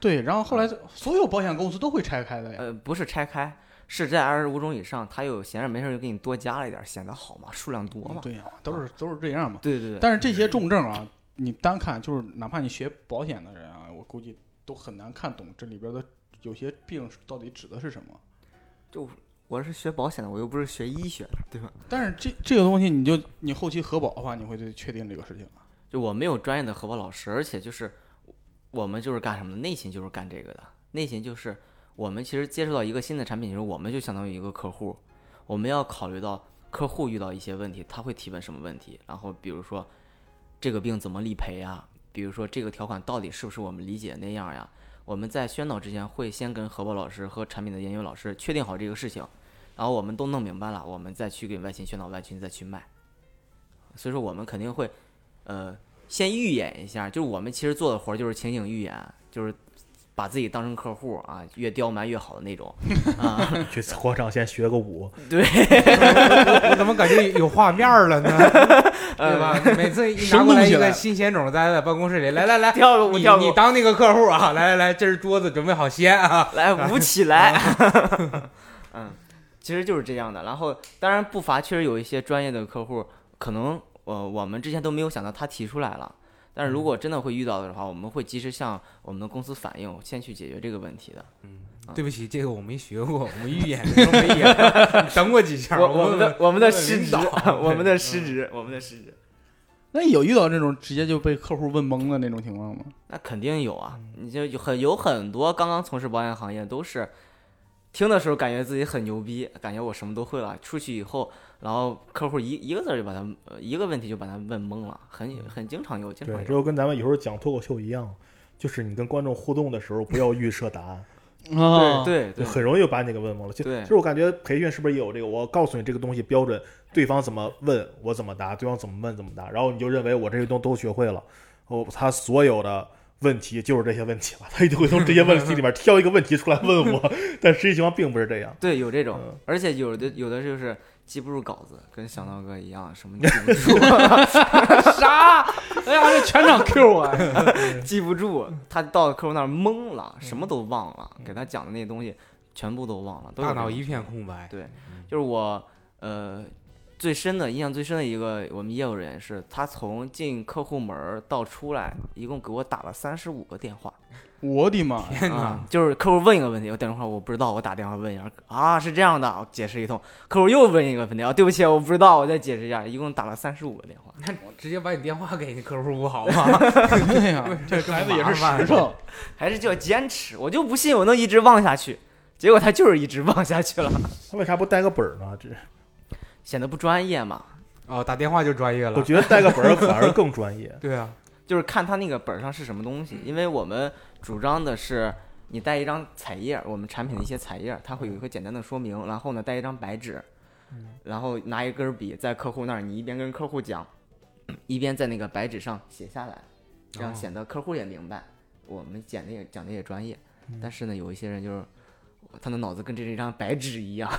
Speaker 1: 对，然后后来所有保险公司都会拆开的呀。
Speaker 4: 呃，不是拆开，是在二十五种以上，他有闲着没事儿就给你多加了一点儿，显得好嘛，数量多嘛。
Speaker 1: 嗯对呀、啊都是都是这样嘛。
Speaker 4: 对啊对对，
Speaker 1: 但是这些重症啊，你单看就是哪怕你学保险的人啊，我估计都很难看懂这里边的有些病到底指的是什么。
Speaker 4: 我是学保险的，我又不是学医学的，对吧？
Speaker 1: 但是这这个东西，你就你后期核保的话，你会对确定这个事情啊。
Speaker 4: 就我没有专业的核保老师，而且就是我们就是干什么的，内勤就是干这个的，内勤就是我们其实接触到一个新的产品的时候，我们就相当于一个客户，我们要考虑到客户遇到一些问题，他会提问什么问题，然后比如说这个病怎么理赔啊，比如说这个条款到底是不是我们理解那样呀？我们在宣导之前会先跟核保老师和产品的研究老师确定好这个事情，然后我们都弄明白了，我们再去给外勤宣导，外勤再去卖。所以说我们肯定会，呃，先预演一下，就是我们其实做的活儿就是情景预演，就是把自己当成客户啊，越刁蛮越好的
Speaker 3: *laughs*
Speaker 4: 那种啊。
Speaker 2: 去广场先学个舞，
Speaker 4: 对，
Speaker 3: 我怎么感觉有画面儿了呢？ *laughs*
Speaker 4: *laughs* 呃
Speaker 3: 对吧？
Speaker 4: 嗯
Speaker 3: 每次一拿过来一个新鲜种，大家在办公室里来来来，
Speaker 4: 跳个舞
Speaker 3: 你
Speaker 4: 跳个
Speaker 3: 你
Speaker 4: 舞，
Speaker 3: 当那个客户啊， *laughs* 来来来，这是桌子，准备好掀啊。
Speaker 4: 来舞起来。嗯，其实就是这样的。然后当然不乏确实有一些专业的客户，可能呃我们之前都没有想到他提出来了。但是如
Speaker 3: 嗯
Speaker 4: 果真的会遇到的话，我们会及时向我们的公司反映，先去解决这个问题的。
Speaker 3: 嗯对不起，这个我没学过，我们预演的时候没演过，等我几下。
Speaker 4: 我我们
Speaker 3: 问
Speaker 4: 的我们的
Speaker 3: 问
Speaker 4: 失
Speaker 3: 领
Speaker 4: 职
Speaker 3: 导，嗯
Speaker 4: 我们的失职，我们的失职。
Speaker 1: 那有遇到那种直接就被客户问懵的那种情况吗？
Speaker 4: 那肯定有啊，
Speaker 1: 嗯
Speaker 4: 你就有很有很多刚刚从事保险行业都是，听的时候感觉自己很牛逼，感觉我什么都会了，出去以后，然后客户一一个字儿就把他呃一个问题就把他问懵了，
Speaker 1: 嗯
Speaker 4: 很很经常有，经常
Speaker 2: 对，
Speaker 4: 有。
Speaker 2: 这就跟咱们有时候讲脱口秀一样，就是你跟观众互动的时候不要预设答案，
Speaker 1: 啊，
Speaker 4: 对
Speaker 2: 就
Speaker 4: 对
Speaker 2: 很容易就把你给问懵了。就
Speaker 4: 对
Speaker 2: 就是我感觉培训是不是也有这个？我告诉你这个东西标准，对方怎么问我怎么答，对方怎么问怎么答，然后你就认为我这些东西都学会了，哦，他所有的问题就是这些问题了，他就会从这些问题里面挑一个问题出来问
Speaker 4: *laughs*
Speaker 2: 我，但实际情况并不是这样。
Speaker 4: 对，有这种
Speaker 2: 嗯，
Speaker 4: 而且有的有的就是记不住稿子，跟
Speaker 1: 嗯
Speaker 4: 小闹哥一
Speaker 1: *laughs*
Speaker 4: 样，什么记不住，
Speaker 1: 啥？ *laughs* 哎呀，这全场 Q 我，
Speaker 4: *laughs* 记不住，他到客户那儿懵了，什
Speaker 1: 嗯
Speaker 4: 么都忘了，给他讲的那些东西全部都忘了，都有
Speaker 3: 大
Speaker 4: 这
Speaker 3: 脑
Speaker 4: 种
Speaker 3: 一片空白。
Speaker 4: 对就是我呃最深的印象最深的一个我们业务人是，他从进客户门儿到出来，一共给我打了三十五个电话。
Speaker 1: 我的妈！
Speaker 4: *laughs*
Speaker 3: 天
Speaker 4: 啊
Speaker 3: 哪，，
Speaker 4: 就是客户问一个问题，我等会儿我不知道，我打电话问一下啊，是这样的，我解释一通。客户又问一个问题啊，对不起，我不知道，我再解释一下，一共打了三十五个电话。
Speaker 3: 那直接把你电话给你客户不好
Speaker 4: *laughs*
Speaker 3: 吗？
Speaker 1: 对呀，这孩子也是实诚。
Speaker 4: 还是叫坚持，我就不信我能一直忘下去。结果他就是一直 *laughs* 忘下去了，
Speaker 2: 他为啥不带个本儿呢？这
Speaker 4: 显得不专业嘛。
Speaker 3: 哦，打电话就专业
Speaker 2: 我
Speaker 3: 了。。
Speaker 2: 觉得带个本儿反而更专业
Speaker 3: 对啊，
Speaker 4: 就是看他那个本儿上是什么东西，因为我们主张的是你带一张彩页儿，我们产品的一些彩页儿，它会有一个简单的说明，然后呢带一张白纸，然后拿一根儿笔在客户那儿，你一边跟客户讲，一边在那个白纸上写下来，这样
Speaker 3: 哦
Speaker 4: 显得客户也明白我们讲的也讲的也专业。但是呢，有一些人就是他的脑子跟这一张白纸一样，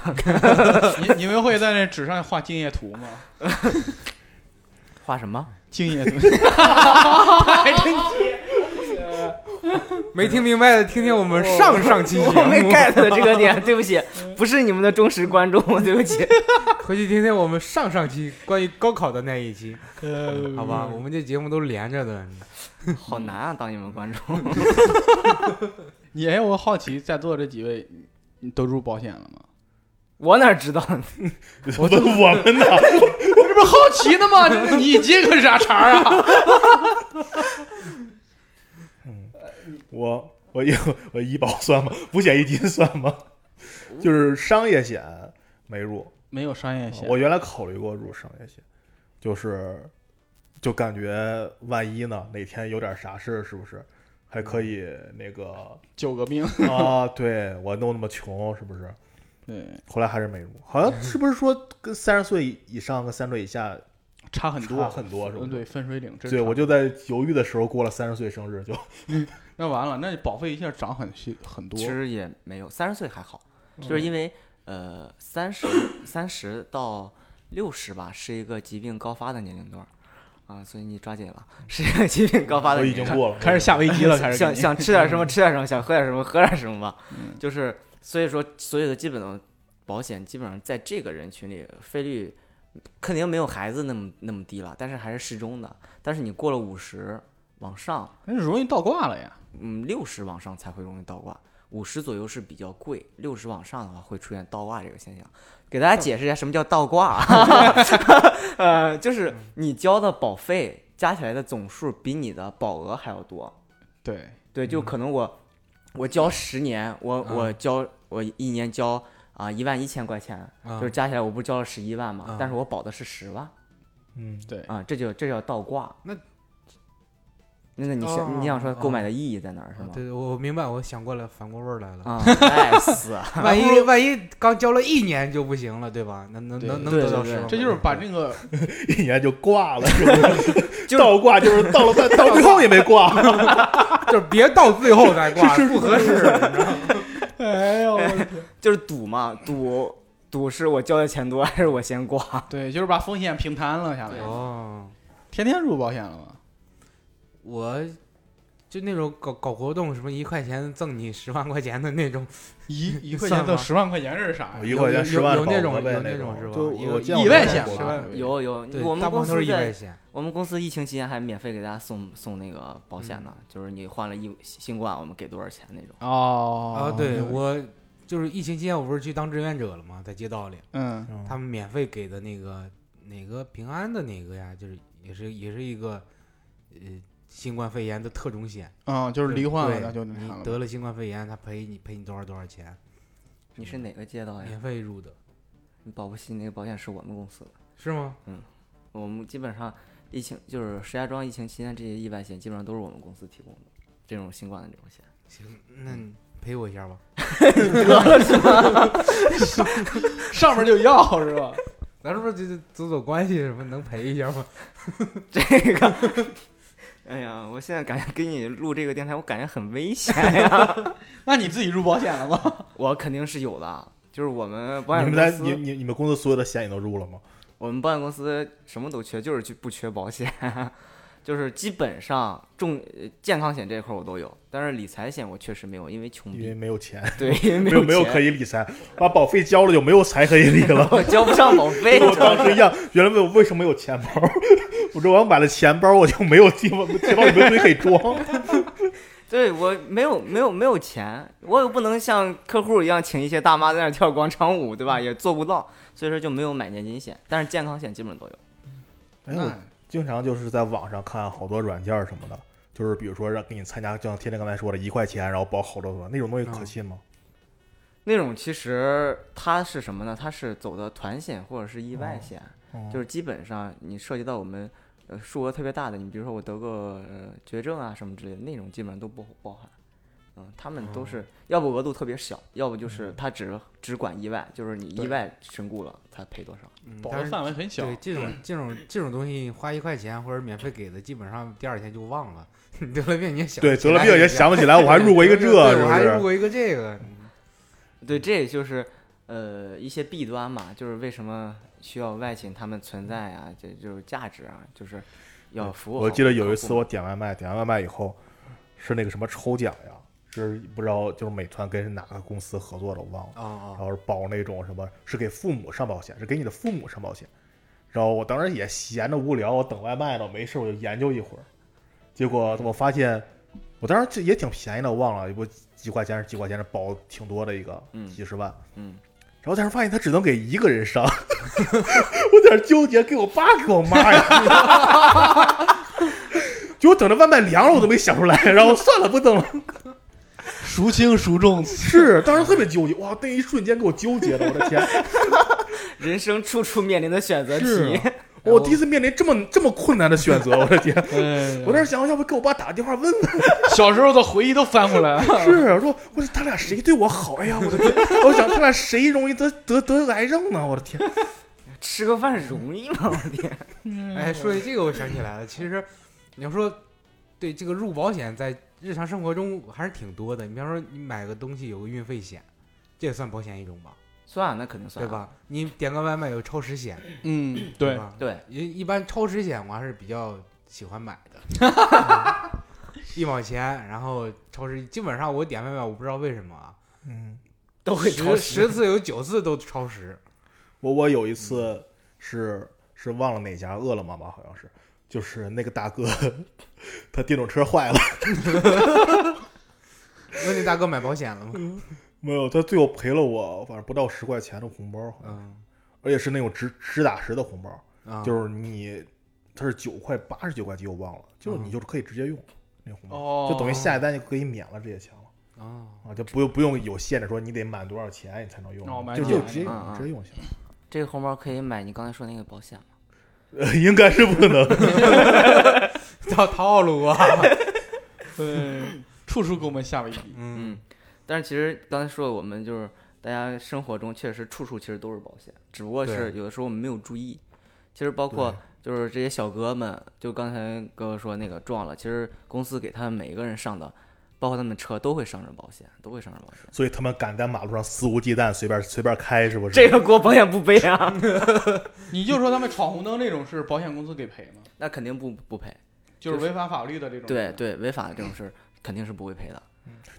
Speaker 1: 你你们会在那纸上画敬业图吗？
Speaker 4: *laughs* 画什么？
Speaker 1: 敬业图，
Speaker 3: 没听明白的，听听我们上上期节
Speaker 4: *laughs* 我没
Speaker 3: 目，
Speaker 4: get 的这个点，对不起，不是你们的忠实观众，对不 *laughs* 起。
Speaker 3: 回去听听我们上上期关于高考的那一期，
Speaker 1: 呃
Speaker 3: 好吧？我们这节目都连着的，
Speaker 4: 好难啊，当你们观众。
Speaker 1: 你哎，我好奇在座这几位，你都入保险了吗？
Speaker 4: 我哪知道？
Speaker 2: 我问我们呢？
Speaker 1: 我这不是好奇呢吗？这你接个啥茬啊？
Speaker 2: 我我医我医保算吗？五险一金算吗？就是商业险没入，
Speaker 1: *laughs* 没有商业险，
Speaker 2: 我原来考虑过入商业险，就是就感觉万一呢哪天有点啥事，是不是还可以那个
Speaker 1: 九个兵。
Speaker 2: 啊？对我弄那么穷，是不是？
Speaker 1: 对，
Speaker 2: 后来还是没入，好像是不是说跟三十岁以上跟三十岁以下
Speaker 1: 差很多
Speaker 2: 差很多是吧
Speaker 1: 嗯对，分水岭真
Speaker 2: 对
Speaker 1: 差
Speaker 2: 我就在犹豫的时候过了三十岁生日，就
Speaker 1: 那完了，那保费一下涨很细很多
Speaker 4: *laughs* 其。实也没有，三十岁还好，就是
Speaker 1: 嗯
Speaker 4: 因为呃，三十三十到六十吧，是一个疾病高发的年龄段儿啊，所以你抓紧了，是一个疾病高发的
Speaker 2: 我已
Speaker 4: 年龄
Speaker 2: 经
Speaker 4: 段儿。
Speaker 2: 过了，
Speaker 1: 开始下危机
Speaker 2: *laughs*
Speaker 1: 了，开始
Speaker 4: 想
Speaker 1: 给你
Speaker 4: 想吃点什么吃点什么，想喝点什么喝点什么吧。
Speaker 1: 嗯
Speaker 4: 就是所以说，所有的基本的保险基本上在这个人群里费率肯定没有孩子那么那么低了，但是还是适中的。但是你过了五十往上，
Speaker 1: 那容易倒挂了呀。
Speaker 4: 嗯，六十往上才会容易倒挂，五十左右是比较贵，六十往上的话会出现倒挂这个现象。给大家解释一下什么叫倒挂，啊 *laughs* 呃，就是你交的保费加起来的总数比你的保额还要多。
Speaker 1: 对，
Speaker 4: 对，
Speaker 3: 嗯
Speaker 4: 就可能我、我交十年，我、我交我一年交啊一、万一千块钱，
Speaker 3: 啊
Speaker 4: 就是加起来我不是交了十一万嘛，
Speaker 3: 啊
Speaker 4: 但是我保的是十万
Speaker 2: 嗯，
Speaker 4: 啊，这就这叫倒挂。
Speaker 3: 哎那
Speaker 4: 那那你想、你想说
Speaker 3: 哦
Speaker 4: 购买的意义在哪儿是吗？
Speaker 3: 对，我明白，我想过来，反过味儿来了。 *laughs*
Speaker 4: 啊，nice，
Speaker 3: 万一万一刚交了一年就不行了，对吧？能能能能
Speaker 4: 对
Speaker 3: 得到
Speaker 4: 对
Speaker 3: 十
Speaker 4: 对
Speaker 3: 万块钱？
Speaker 1: 这就是把那
Speaker 2: *laughs*
Speaker 1: 个
Speaker 2: 一年就挂了，是吧
Speaker 4: 就
Speaker 2: 倒挂啊就是到了半到最后也没挂。
Speaker 1: *laughs*
Speaker 3: 就是别到最后再
Speaker 4: *laughs*
Speaker 3: 挂，不合适。
Speaker 1: 哎呦，我的天
Speaker 4: 就是赌嘛，赌赌是我交的钱多还是我先挂？
Speaker 1: *laughs* 对，就是把风险平摊了下来。
Speaker 3: 哦，
Speaker 1: 天天入保险了吗？
Speaker 3: 我就那种搞搞活动，什么一块钱赠你十万块钱的那种，
Speaker 1: 一一块
Speaker 3: 算
Speaker 1: 钱
Speaker 3: 吗
Speaker 1: 到十万块钱这是啥呀？
Speaker 2: 一块钱
Speaker 3: 有
Speaker 2: 十万
Speaker 3: 有有那种
Speaker 2: 保额呗
Speaker 3: 有
Speaker 2: 那
Speaker 3: 种是吧
Speaker 2: 就
Speaker 3: 一个
Speaker 2: 我见
Speaker 1: 意
Speaker 2: 过
Speaker 1: 外
Speaker 2: 那
Speaker 1: 险
Speaker 2: 种
Speaker 1: 是吧？
Speaker 4: *laughs* 有有
Speaker 3: 对，，
Speaker 4: 我
Speaker 3: 大
Speaker 4: 们
Speaker 3: 部
Speaker 4: 公
Speaker 3: 分都是
Speaker 4: 司
Speaker 3: 意外
Speaker 4: 在
Speaker 3: 险。
Speaker 4: 我们公司疫情期间还免费给大家送送那个保险
Speaker 3: 嗯
Speaker 4: 呢，就是你患了疫新冠，我们给多少钱那种。
Speaker 1: 哦
Speaker 3: 啊，对，我就是疫情期间，我不是去当志愿者了吗？在街道里，
Speaker 1: 嗯
Speaker 3: 他们免费给的那个哪个平安的哪个呀，就是也是也是一个呃新冠肺炎的特种险，
Speaker 1: 嗯，就是罹患了
Speaker 3: 对
Speaker 1: 那就那
Speaker 3: 你
Speaker 1: 啥了
Speaker 3: 得了新冠肺炎，他赔你赔你多少多少钱，
Speaker 4: 你是哪个街道呀？
Speaker 3: 免费入的，
Speaker 4: 你保不齐那个保险是我们公司的。
Speaker 3: 是吗？
Speaker 4: 我们基本上疫情就是石家庄疫情期间这些意外险，基本上都是我们公司提供的。这种新冠的这种险， *laughs*
Speaker 3: 行，那你赔我一下吧。
Speaker 1: 上面就
Speaker 2: *laughs*
Speaker 1: 要是吧？
Speaker 3: 咱是不是就就走走关系什么能赔一下吗？
Speaker 4: 这个， *laughs* 哎呀，我现在感觉跟你录这个电台，我感觉很危险呀。
Speaker 1: *laughs* 那你自己入保险了吗？
Speaker 4: 我肯定是有的，啊就是我们保
Speaker 2: 你
Speaker 4: 险
Speaker 2: 们在
Speaker 4: 公
Speaker 2: 你
Speaker 4: 司，
Speaker 2: 你你们公司所有的险你都入了吗？
Speaker 4: 我们保险公司什么都缺，就是去不缺保险， *laughs* 就是基本上重呃健康险这一块儿我都有，但是理财险我确实没有，因为穷
Speaker 2: 因为
Speaker 4: 逼， *laughs*
Speaker 2: 没有钱，
Speaker 4: 对，因为
Speaker 2: 没 *laughs*
Speaker 4: 有
Speaker 2: 没有
Speaker 4: 钱
Speaker 2: 可以理财，把保费交了就没有财可以理
Speaker 4: *laughs*
Speaker 2: 了。
Speaker 4: 我交不上保费
Speaker 2: 跟，我当时一样，原来我为什么有钱包？ *laughs* 我说我要买了钱包，我就没有地方，钱包里没有东西可以装。
Speaker 4: *laughs*
Speaker 2: *laughs*
Speaker 4: 对我没有没有没有钱，我也不能像客户一样请一些大妈在那儿跳广场舞，对吧？也做不到，所以说就没有买年金险，但是健康险基本都有。
Speaker 2: 哎，我经常就是在网上看好多软件儿什么的，就是比如说让给你参加，就像天天刚才说的，一块钱然后保好多多那种东西可信吗？
Speaker 4: 那种其实它是什么呢？它是走的团险或者是意外险，
Speaker 2: 哦
Speaker 4: 就是基本上你涉及到我们呃数额特别大的，你比如说我得个、呃、绝症啊什么之类的那种，基本上都不包含。嗯，他们都
Speaker 2: 哦
Speaker 4: 是、要不额度特别小，要
Speaker 2: 嗯
Speaker 4: 不就是他只只管意外，就是你意
Speaker 1: 对
Speaker 4: 外身故了，他赔多少。
Speaker 1: 保
Speaker 3: 嗯但
Speaker 1: 的
Speaker 3: 是
Speaker 1: 范围很小
Speaker 3: 对，
Speaker 2: *clears throat*
Speaker 3: 这种这种这种东西，花一块钱或者免费给的，基本上第二天就忘了。 *laughs* 你得了病你也想
Speaker 2: 对，
Speaker 3: 不起
Speaker 2: 得了
Speaker 3: 来
Speaker 2: 病
Speaker 3: 一
Speaker 2: 也
Speaker 3: 下
Speaker 2: 想不起来，我还入过一个这，
Speaker 3: 对
Speaker 2: 是
Speaker 3: 我
Speaker 2: 不
Speaker 3: 还入
Speaker 2: 是？
Speaker 3: 过一个这个，
Speaker 2: 嗯
Speaker 4: 对，这也就是呃一些弊端嘛，就是为什么需要外勤他们存在啊，这就是价值啊，就是要服务好
Speaker 2: 嗯我记得有
Speaker 4: 客
Speaker 2: 一
Speaker 4: 户
Speaker 2: 次
Speaker 4: 嘛
Speaker 2: 我点外卖，点完外卖以后是那个什么抽奖呀，是不知道就是美团跟哪个公司合作的，我忘了。
Speaker 3: 哦哦，
Speaker 2: 然后是保那种什么，是给父母上保险，是给你的父母上保险。然后我当时也闲着无聊，我等外卖呢，没事我就研究一会儿。结果我发现，我当时这也挺便宜的，我忘了我几块钱是几块钱，是保挺多的一个，
Speaker 4: 嗯
Speaker 2: 几十万。
Speaker 4: 嗯
Speaker 2: 然后但是发现他只能给一个人上， *laughs* 我在这纠结，给我爸给我妈呀。就我等着外卖凉了，我都没想出来，然后算了，不等了。
Speaker 1: *laughs* 孰轻孰重？
Speaker 2: 是，当时特别纠结，哇，那一瞬间给我纠结的，我的天。
Speaker 4: 人生处处面临的选择
Speaker 2: 是啊
Speaker 4: 题， *laughs*
Speaker 2: 我第一次面临这么这么困难的选择，我的天！
Speaker 1: *laughs* 哎
Speaker 2: 我当时想，要不给我爸打个电话问问。
Speaker 1: 小时候的回忆都翻过来
Speaker 2: *laughs*
Speaker 1: 了。
Speaker 2: 是，我说，我说他俩谁对我好？哎呀，我的天！ *laughs* 我想他俩谁容易得得得癌症呢？我的天！ *laughs*
Speaker 4: 吃个饭容易吗？我的天，
Speaker 3: 哎，说起这个我想起来了，其实你要说对这个入保险在日常生活中还是挺多的，你比方说你买个东西有个运费险，这也算保险一种吧，
Speaker 4: 算那肯定算
Speaker 3: 对
Speaker 4: 啊？
Speaker 3: 吧？你点个外卖有超时险，
Speaker 1: 嗯，对，
Speaker 3: 吧？
Speaker 4: 对，
Speaker 3: 一一般超时险我还是比较喜欢买的，
Speaker 4: *laughs*
Speaker 3: 一毛钱，然后超时基本上我点外卖，我不知道为什么啊，
Speaker 2: 嗯，
Speaker 4: 都会超
Speaker 3: 十
Speaker 4: 时。
Speaker 3: 十次有九次都超时，
Speaker 2: 我我有一次是是忘了哪家饿了么吧，好像是，就是那个大哥， *laughs* 他电动车坏了，
Speaker 3: 问那大哥买保险了
Speaker 2: 嗯
Speaker 3: 吗？
Speaker 2: 没有，他最后赔了我，反正不到十块钱的红包，
Speaker 3: 嗯
Speaker 2: 而且是那种实实打实的红包，
Speaker 3: 啊，
Speaker 2: 就是你，它是九块八十九块几，我忘了，就是你就是可以直接用那红包。
Speaker 1: 哦，
Speaker 2: 就等于下一单就可以免了这些钱了
Speaker 3: 哦。
Speaker 2: 啊，就不用不用有限制说你得满多少钱你才能用
Speaker 1: 哦，买
Speaker 2: 就
Speaker 1: 几
Speaker 2: 就
Speaker 1: 百
Speaker 2: 直接
Speaker 4: 啊
Speaker 2: 用
Speaker 4: 啊
Speaker 2: 直接用就行。
Speaker 4: 这个红包可以买你刚才说那个保险吗？
Speaker 2: 呃， *laughs* 应该是不能。 *laughs*
Speaker 3: 套套路啊！
Speaker 1: 对， *laughs* 处处给我们吓了一逼。
Speaker 3: 嗯，
Speaker 4: 嗯，但是其实刚才说我们就是大家生活中确实处处其实都是保险，只不过
Speaker 3: 对
Speaker 4: 是有的时候我们没有注意。其实包括就是这些小哥们，就刚才哥哥说那个撞了，其实公司给他们每一个人上的，包括他们车都会上着保险，都会上着保险。
Speaker 2: 所以他们敢在马路上肆无忌惮，随便随便开，是不是？
Speaker 4: *laughs* 这个锅保险不背啊？
Speaker 1: 你就说他们闯红灯这种是保险公司给赔吗？
Speaker 4: *laughs* 那肯定不不赔。
Speaker 1: 就是违反法律的这种。
Speaker 4: 对，对，违法的这种事儿肯定是不会赔的，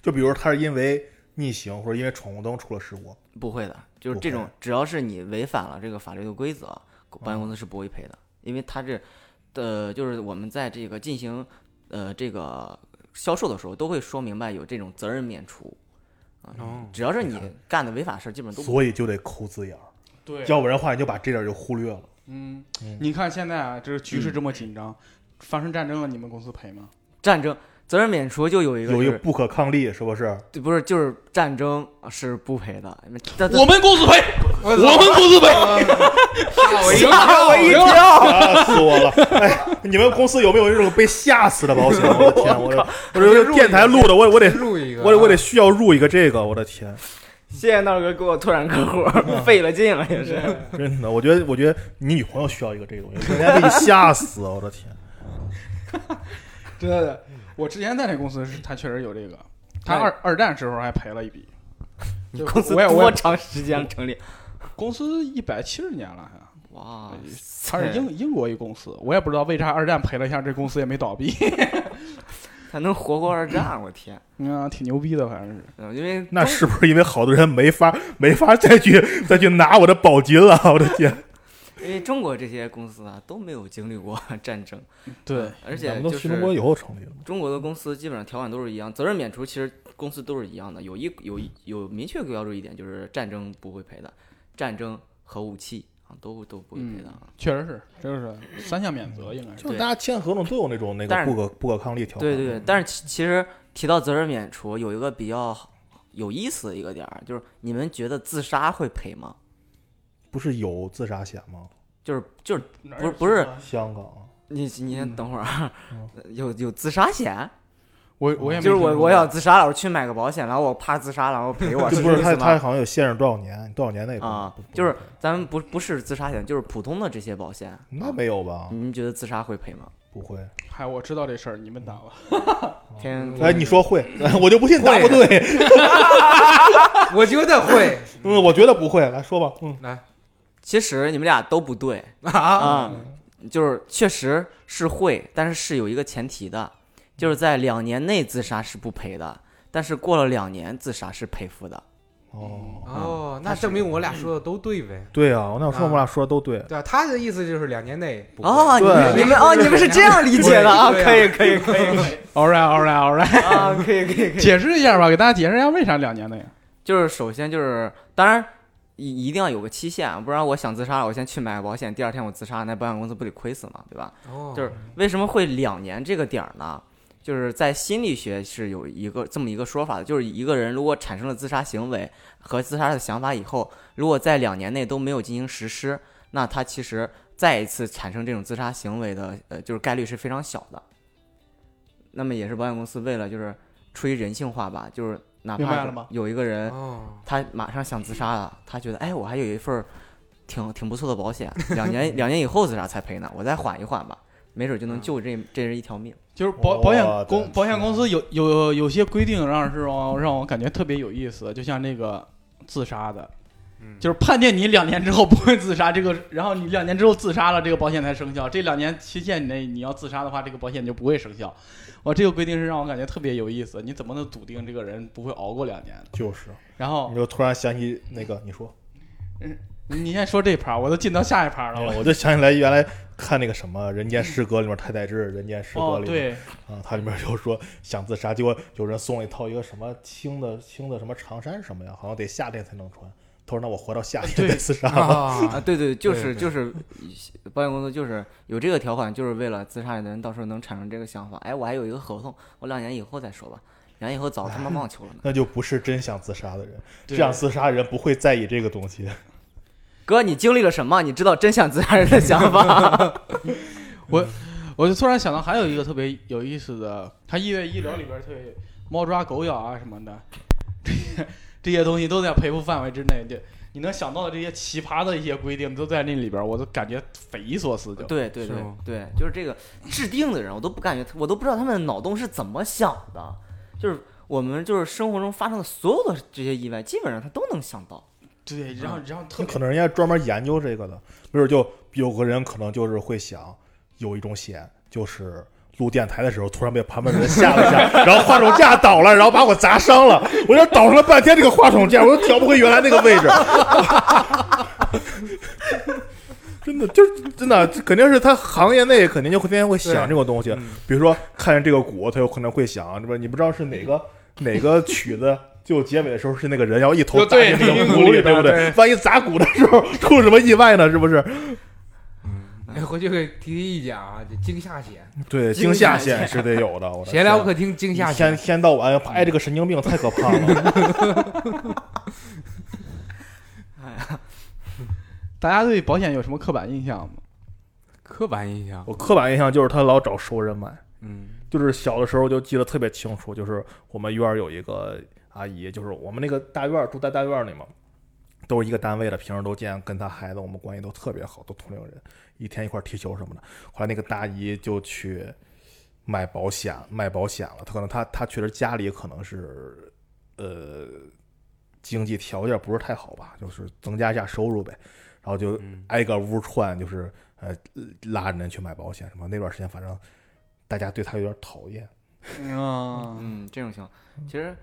Speaker 2: 就比如他是因为逆行或者因为闯红灯出了事故，
Speaker 4: 不会的。就是
Speaker 2: 不
Speaker 4: 这
Speaker 2: 会
Speaker 4: 种，只要是你违反了这个法律的规则，保险公司是不会赔的，因为他这，呃，就是我们在这个进行，呃，这个销售的时候都会说明白有这种责任免除，啊、
Speaker 2: 嗯
Speaker 3: 哦
Speaker 4: 只要是你干的违法事儿，基本上都不
Speaker 2: 所以就得抠字眼儿，
Speaker 1: 对，
Speaker 2: 要不然的话你就把这点儿就忽略了。
Speaker 1: 嗯
Speaker 2: 嗯，
Speaker 1: 你看现在啊，这局势这么紧张，发生战争了，你们公司赔吗？
Speaker 4: 战争责任免除就有一个、
Speaker 2: 有
Speaker 4: 就
Speaker 2: 一
Speaker 4: 是，
Speaker 2: 个不可抗力，是不是？
Speaker 4: 对不是就是战争是不赔的，但但
Speaker 1: 我们公司赔，
Speaker 3: 我
Speaker 1: 我们公司赔。
Speaker 3: 吓
Speaker 4: *laughs*
Speaker 3: 我一跳！
Speaker 4: 吓我一跳，
Speaker 2: 吓死我了！哎，你们公司有没有这种被吓死的保险？我的天，我的，我这电台录的，我我得
Speaker 3: 录一个
Speaker 2: 我得我得需要入一个这个，我的天，
Speaker 4: 谢谢闹哥给我拓展客户，费了劲了也是。
Speaker 2: 真的，我觉得我觉得你女朋友需要一个这个东西，人家给你吓死，我的天，
Speaker 1: *laughs* 真的，我之前在那公司是，他确实有这个，他
Speaker 4: 哎
Speaker 1: 二二战时候还赔了一笔。
Speaker 4: *laughs* 你
Speaker 1: 就
Speaker 4: 公司
Speaker 1: 我也我
Speaker 4: 多
Speaker 1: 也
Speaker 4: 长时间成立？
Speaker 1: 公司一百七十年了还。
Speaker 4: *laughs* 哇塞，
Speaker 1: 它是英英国一公司，我也不知道为啥二战赔了一下，这公司也没倒闭， *laughs*
Speaker 4: 他能活过二战，我天！
Speaker 1: 嗯，挺牛逼的，反正是。
Speaker 4: 嗯因为
Speaker 2: 那是不是因为好多人没法没法再去再去拿我的宝金了？我的天，
Speaker 4: 因为中国这些公司啊都没有经历过 *laughs* 战争，
Speaker 1: 对，
Speaker 2: 咱
Speaker 4: 而且
Speaker 2: 们
Speaker 4: 就
Speaker 2: 都
Speaker 4: 是
Speaker 2: 新中国以后成立了嘛，
Speaker 4: 中国的公司基本上条款都是一样，责任免除其实公司都是一样的，有一有一有明确标注一点，就是战争不会赔的，战争和武器啊都都不会赔的啊。
Speaker 1: 确实是，真是三项免责应该是。
Speaker 2: 就是大家签合同都有那种那
Speaker 4: 但
Speaker 2: 个
Speaker 4: 是
Speaker 2: 不可不可抗力条款，嗯
Speaker 4: 对对对，但是其其实提到责任免除，有一个比较有意思的一个点儿，就是你们觉得自杀会赔吗？
Speaker 2: 不是有自杀险吗？
Speaker 4: 就是就是
Speaker 1: 哪
Speaker 4: 不是
Speaker 1: 有
Speaker 4: 不是
Speaker 1: 什么，
Speaker 2: 香港啊
Speaker 4: 你你先
Speaker 1: 嗯
Speaker 4: 等会儿啊，有有自杀险，
Speaker 1: 我我也没
Speaker 4: 就是我
Speaker 1: 听说
Speaker 4: 我要自杀了，我去买个保险，然后我怕自杀了，然后赔我，
Speaker 2: 就
Speaker 4: 是
Speaker 2: 不
Speaker 4: 这
Speaker 2: 是
Speaker 4: 意
Speaker 2: 他
Speaker 4: 思
Speaker 2: 他
Speaker 4: 吗？
Speaker 2: 好像有限制多少年，多少年内不
Speaker 4: 啊
Speaker 2: 不不
Speaker 4: 就是咱们不不是自杀险，就是普通的这些保险。
Speaker 2: 那没有吧
Speaker 4: 你？们觉得自杀会赔吗？
Speaker 2: 不会。
Speaker 1: 嗨，我知道这事儿，你们打吧。
Speaker 4: 天，
Speaker 2: 哎，你说
Speaker 4: *laughs*
Speaker 2: 会，我就不信答不
Speaker 4: 啊
Speaker 2: 对。
Speaker 3: 啊我觉得会
Speaker 2: *laughs* 嗯，我觉得不会，来说吧。嗯，
Speaker 3: 来
Speaker 4: 其实你们俩都不对
Speaker 3: 啊，
Speaker 4: 啊、就是确实是会，但是是有一个前提的，就是在两年内自杀是不赔的，但是过了两年自杀是赔付的。
Speaker 2: 哦，
Speaker 3: 哦，那证明我俩说的都对呗。
Speaker 2: 对啊，我那说我们俩说的都
Speaker 4: 哦
Speaker 2: 对。
Speaker 3: 对啊，他的意思就是两年内不会
Speaker 4: 哦，你们
Speaker 2: 对
Speaker 4: 你们哦，你们是这样理解的啊？
Speaker 3: 对
Speaker 4: 可以
Speaker 3: 对
Speaker 4: 可以可以
Speaker 1: All right, all right, all
Speaker 4: *laughs*
Speaker 1: right，
Speaker 4: 啊，可以可以可以。
Speaker 1: 解释一下吧，给大家解释一下为啥两年内。
Speaker 4: 就是首先就是，当然一一定要有个期限，啊不然我想自杀了，我先去买个保险，第二天我自杀，那保险公司不得亏死嘛，对吧？
Speaker 3: 哦，
Speaker 4: 就是为什么会两年这个点儿呢？就是在心理学是有一个这么一个说法的，就是一个人如果产生了自杀行为和自杀的想法以后，如果在两年内都没有进行实施，那他其实再一次产生这种自杀行为的，呃，就是概率是非常小的。那么也是保险公司为了就是出于人性化吧，就是哪
Speaker 1: 明白
Speaker 4: 怕
Speaker 1: 了吗
Speaker 4: 有一个人 *laughs*
Speaker 3: 哦，
Speaker 4: 他马上想自杀了，他觉得哎，我还有一份儿挺挺不错的保险，两
Speaker 3: *laughs*
Speaker 4: 年两年以后自杀才赔呢，我再缓一缓吧，没准就
Speaker 3: 嗯
Speaker 4: 能救这这人一条命。
Speaker 1: 就是保
Speaker 2: 我
Speaker 1: 保险
Speaker 2: 的
Speaker 1: 公保险
Speaker 2: 天
Speaker 1: 公司有有有些规定让是让让我感觉特别有意思，就像那个自杀的，
Speaker 3: 嗯
Speaker 1: 就是判定你两年之后不会自杀，这个然后你两年之后自杀了，这个保险才生效。这两年期限内你要自杀的话，这个保险就不会生效。我这个规定是让我感觉特别有意思，你怎么能笃定这个人不会熬过两年呢？
Speaker 2: 就是，
Speaker 1: 然后
Speaker 4: 哦
Speaker 2: 你就突然想起那个，你说，
Speaker 1: 你先说这盘儿，我都进到下一盘儿了。哦
Speaker 2: 哎呀
Speaker 1: 我
Speaker 4: *laughs*
Speaker 2: 我就想起来原来看那个什么《人间失格》里面太宰治，《人间失格》
Speaker 1: 哦，
Speaker 2: 里面
Speaker 1: 对，
Speaker 2: 啊，它里面就说想自杀，结果有人送了一套一个什么轻的轻的什么长衫什么呀，好像得夏天才能穿。他说：“那我活到夏天
Speaker 1: 对
Speaker 2: 再自杀吧。
Speaker 4: 啊，
Speaker 3: 啊，
Speaker 4: *laughs* 对对，就
Speaker 3: 对
Speaker 4: 是
Speaker 3: 对
Speaker 4: 就是，保险公司就是有这个条款，就是为了自杀的人到时候能产生这个想法，哎，我还有一个合同，我两年以后再说吧，两年以后早他妈
Speaker 3: *laughs*
Speaker 4: 忘求了呢。
Speaker 2: 那就不是真想自杀的人，
Speaker 1: 对
Speaker 2: 真想自杀的人不会在意这个东西。
Speaker 4: 哥，你经历了什么？你知道真想自杀人的想法？
Speaker 1: 我就突然想到还有一个特别有意思的，它医院医疗里边儿特别猫抓狗咬啊什么的，这些这些东西都在赔付范围之内。就你能想到的这些奇葩的一些规定都在那里边儿，我都感觉匪夷所思就。
Speaker 4: 对对
Speaker 3: 是
Speaker 4: 对
Speaker 3: 吗
Speaker 4: 对，就是这个制定的人，我都不感觉，我都不知道他们的脑洞是怎么想的，就是。我们就是生活中发生的所有的这些意外，基本上他都能想到。
Speaker 3: 嗯
Speaker 1: 对，然后然后特
Speaker 2: 那
Speaker 1: 别
Speaker 2: 可能人家专门研究这个的，没准就有个人可能就是会想，有一种险就是录电台的时候突然被旁边人吓了一下， *laughs* 然后话筒架倒了，然后把我砸伤了，我这倒腾了半天这个话筒架，我都调不回原来那个位置。 *laughs* 真的就是真的，这肯定是他行业内肯定就会天天会想这种东西，
Speaker 3: 嗯
Speaker 2: 比如说看见这个鼓，他有可能会想，这不你不知道是哪个哪个曲子，就结尾的时候是那个人要一头
Speaker 1: 就
Speaker 2: 扎
Speaker 1: 对
Speaker 2: 进那
Speaker 1: 迷
Speaker 2: 个
Speaker 1: 宫
Speaker 2: 鼓
Speaker 1: 里
Speaker 2: 里，对不
Speaker 1: 边对
Speaker 2: 万一砸鼓的时候出什么意外呢？是不是？
Speaker 3: 哎，回去给提提意见啊，这惊吓险，
Speaker 2: 对，惊吓险是得有的。我的
Speaker 3: 闲聊
Speaker 2: 天
Speaker 3: 客厅惊吓
Speaker 2: 一
Speaker 3: 险
Speaker 2: 天，天到晚哎，这个神经病太可怕了。
Speaker 1: 大家对保险有什么刻板印象吗？
Speaker 3: 刻板印象，
Speaker 2: 我刻板印象就是他老找熟人买，
Speaker 3: 嗯，
Speaker 2: 就是小的时候就记得特别清楚，就是我们院儿有一个阿姨，就是我们那个大院儿住在大院儿里嘛，都是一个单位的，平时都见，跟她孩子我们关系都特别好，都同龄人，一天一块儿踢球什么的。后来那个大姨就去买保险，买保险了。她可能她她确实家里可能是呃经济条件不是太好吧，就是增加一下收入呗，然后就
Speaker 3: 嗯
Speaker 2: 挨个屋串，就是呃拉着人去买保险什么。那段时间反正大家对她有点讨厌。
Speaker 1: 啊，
Speaker 4: 嗯，这种情况其实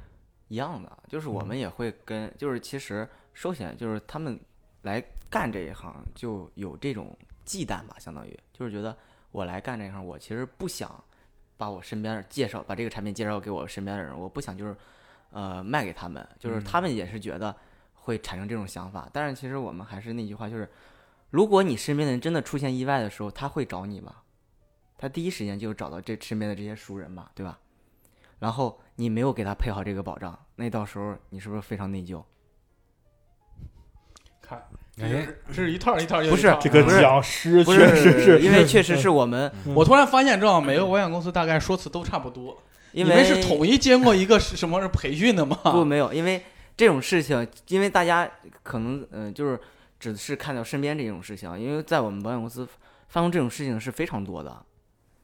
Speaker 4: 一样的，就是
Speaker 3: 嗯
Speaker 4: 我们也会跟，就是其实寿险就是他们来干这一行就有这种忌惮吧，相当于就是觉得我来干这一行，我其实不想把我身边儿介绍把这个产品介绍给我身边的人，我不想就是呃卖给他们，就是他们也是觉得会产生这种想法，但是其实我们还是那句话，就是如果你身边的人真的出现意外的时候，他会找你吗？他第一时间就找到这身边的这些熟人嘛，对吧？然后你没有给他配好这个保障，那到时候你是不是非常内疚？
Speaker 1: 看，这就
Speaker 3: 哎，
Speaker 1: 是这是一套一套又一套，
Speaker 4: 不是
Speaker 2: 这个
Speaker 4: 不是
Speaker 2: 讲师
Speaker 4: 不
Speaker 2: 确实是 *laughs*
Speaker 4: 因为确实嗯是我们，
Speaker 1: 我突然发现，正好每个保险公司大概说辞都差不多。
Speaker 4: 因
Speaker 1: 你
Speaker 4: 为
Speaker 1: 们是统一经过一个是什么是培训的吗？
Speaker 4: 不没有，因为这种事情，因为大家可能嗯、呃就是只是看到身边这种事情，因为在我们保险公司发生这种事情是非常多的，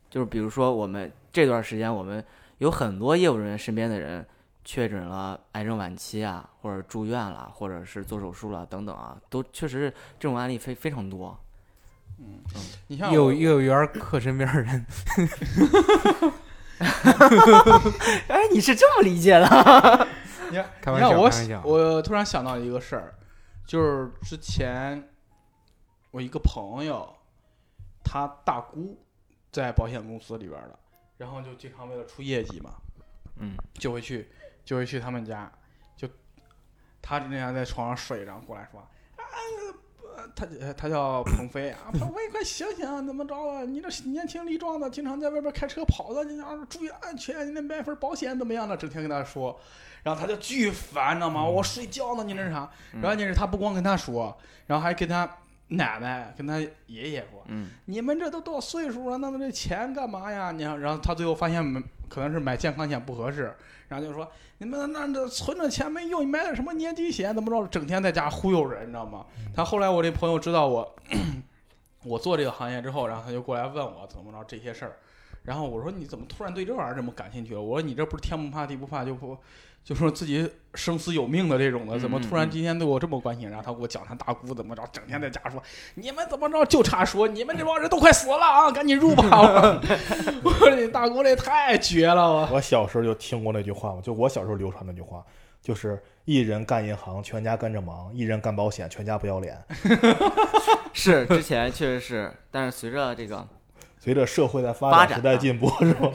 Speaker 4: 就是比如说我们这段时间我们有很多业务人员身边的人确诊了癌症晚期啊，或者住院了，或者是做手术了等等啊，都确实是这种案例非非常多。
Speaker 1: 你像
Speaker 3: 幼
Speaker 1: 我
Speaker 3: 幼儿园克身边人， *laughs*
Speaker 4: 哎，你是这么理解的？
Speaker 3: 开
Speaker 1: 你
Speaker 3: 玩笑，
Speaker 1: 看
Speaker 3: 开
Speaker 1: 我
Speaker 3: 玩
Speaker 1: 想
Speaker 3: 笑，
Speaker 1: 我突然想到一个事儿，就是之前我一个朋友，他大姑在保险公司里边儿的，然后就经常为了出业绩嘛，
Speaker 4: 嗯，
Speaker 1: 就会去就会去他们家，就他那样在床上睡，然后过来说啊。呃他他叫鹏飞啊， *coughs* 鹏飞，快醒醒，怎么着了？你这年轻力壮的，经常在外边开车跑的，你要是注意安全，你得买份保险怎么样的？整天跟他说，然后他就巨烦，你知道吗？我睡觉呢，你那是啥？然后你是他不光跟他说，然后还跟他奶奶、跟他爷爷说，
Speaker 4: 嗯
Speaker 1: 你们这都多少岁数了？那么这钱干嘛呀？你看然后他最后发现没，可能是买健康险不合适，然后就说你们那这存着钱没用，你买点什么年金险？怎么着？整天在家忽悠人，你知道吗？
Speaker 4: 嗯
Speaker 1: 他后来我这朋友知道我我做这个行业之后，然后他就过来问我怎么着这些事儿。然后我说你怎么突然对这玩意儿这么感兴趣了？我说你这不是天不怕地不怕就不 *laughs* 就说自己生死有命的这种的，怎么突然
Speaker 4: 嗯嗯嗯
Speaker 1: 今天对我这么关心？然后他给我讲他大姑怎么着，整天在家说你们怎么着就差说你们这帮人都快死了啊，赶紧入吧！我我说你大姑这太绝了，我
Speaker 2: 我小时候就听过那句话嘛，就我小时候流传那句话，就是一人干银行，全家跟着忙；一人干保险，全家不要脸。
Speaker 4: 是之前确实是，但是随着这个
Speaker 2: 随着社会的发
Speaker 4: 发
Speaker 2: 展，
Speaker 4: 展
Speaker 2: 时代进步，是 *laughs* 吧？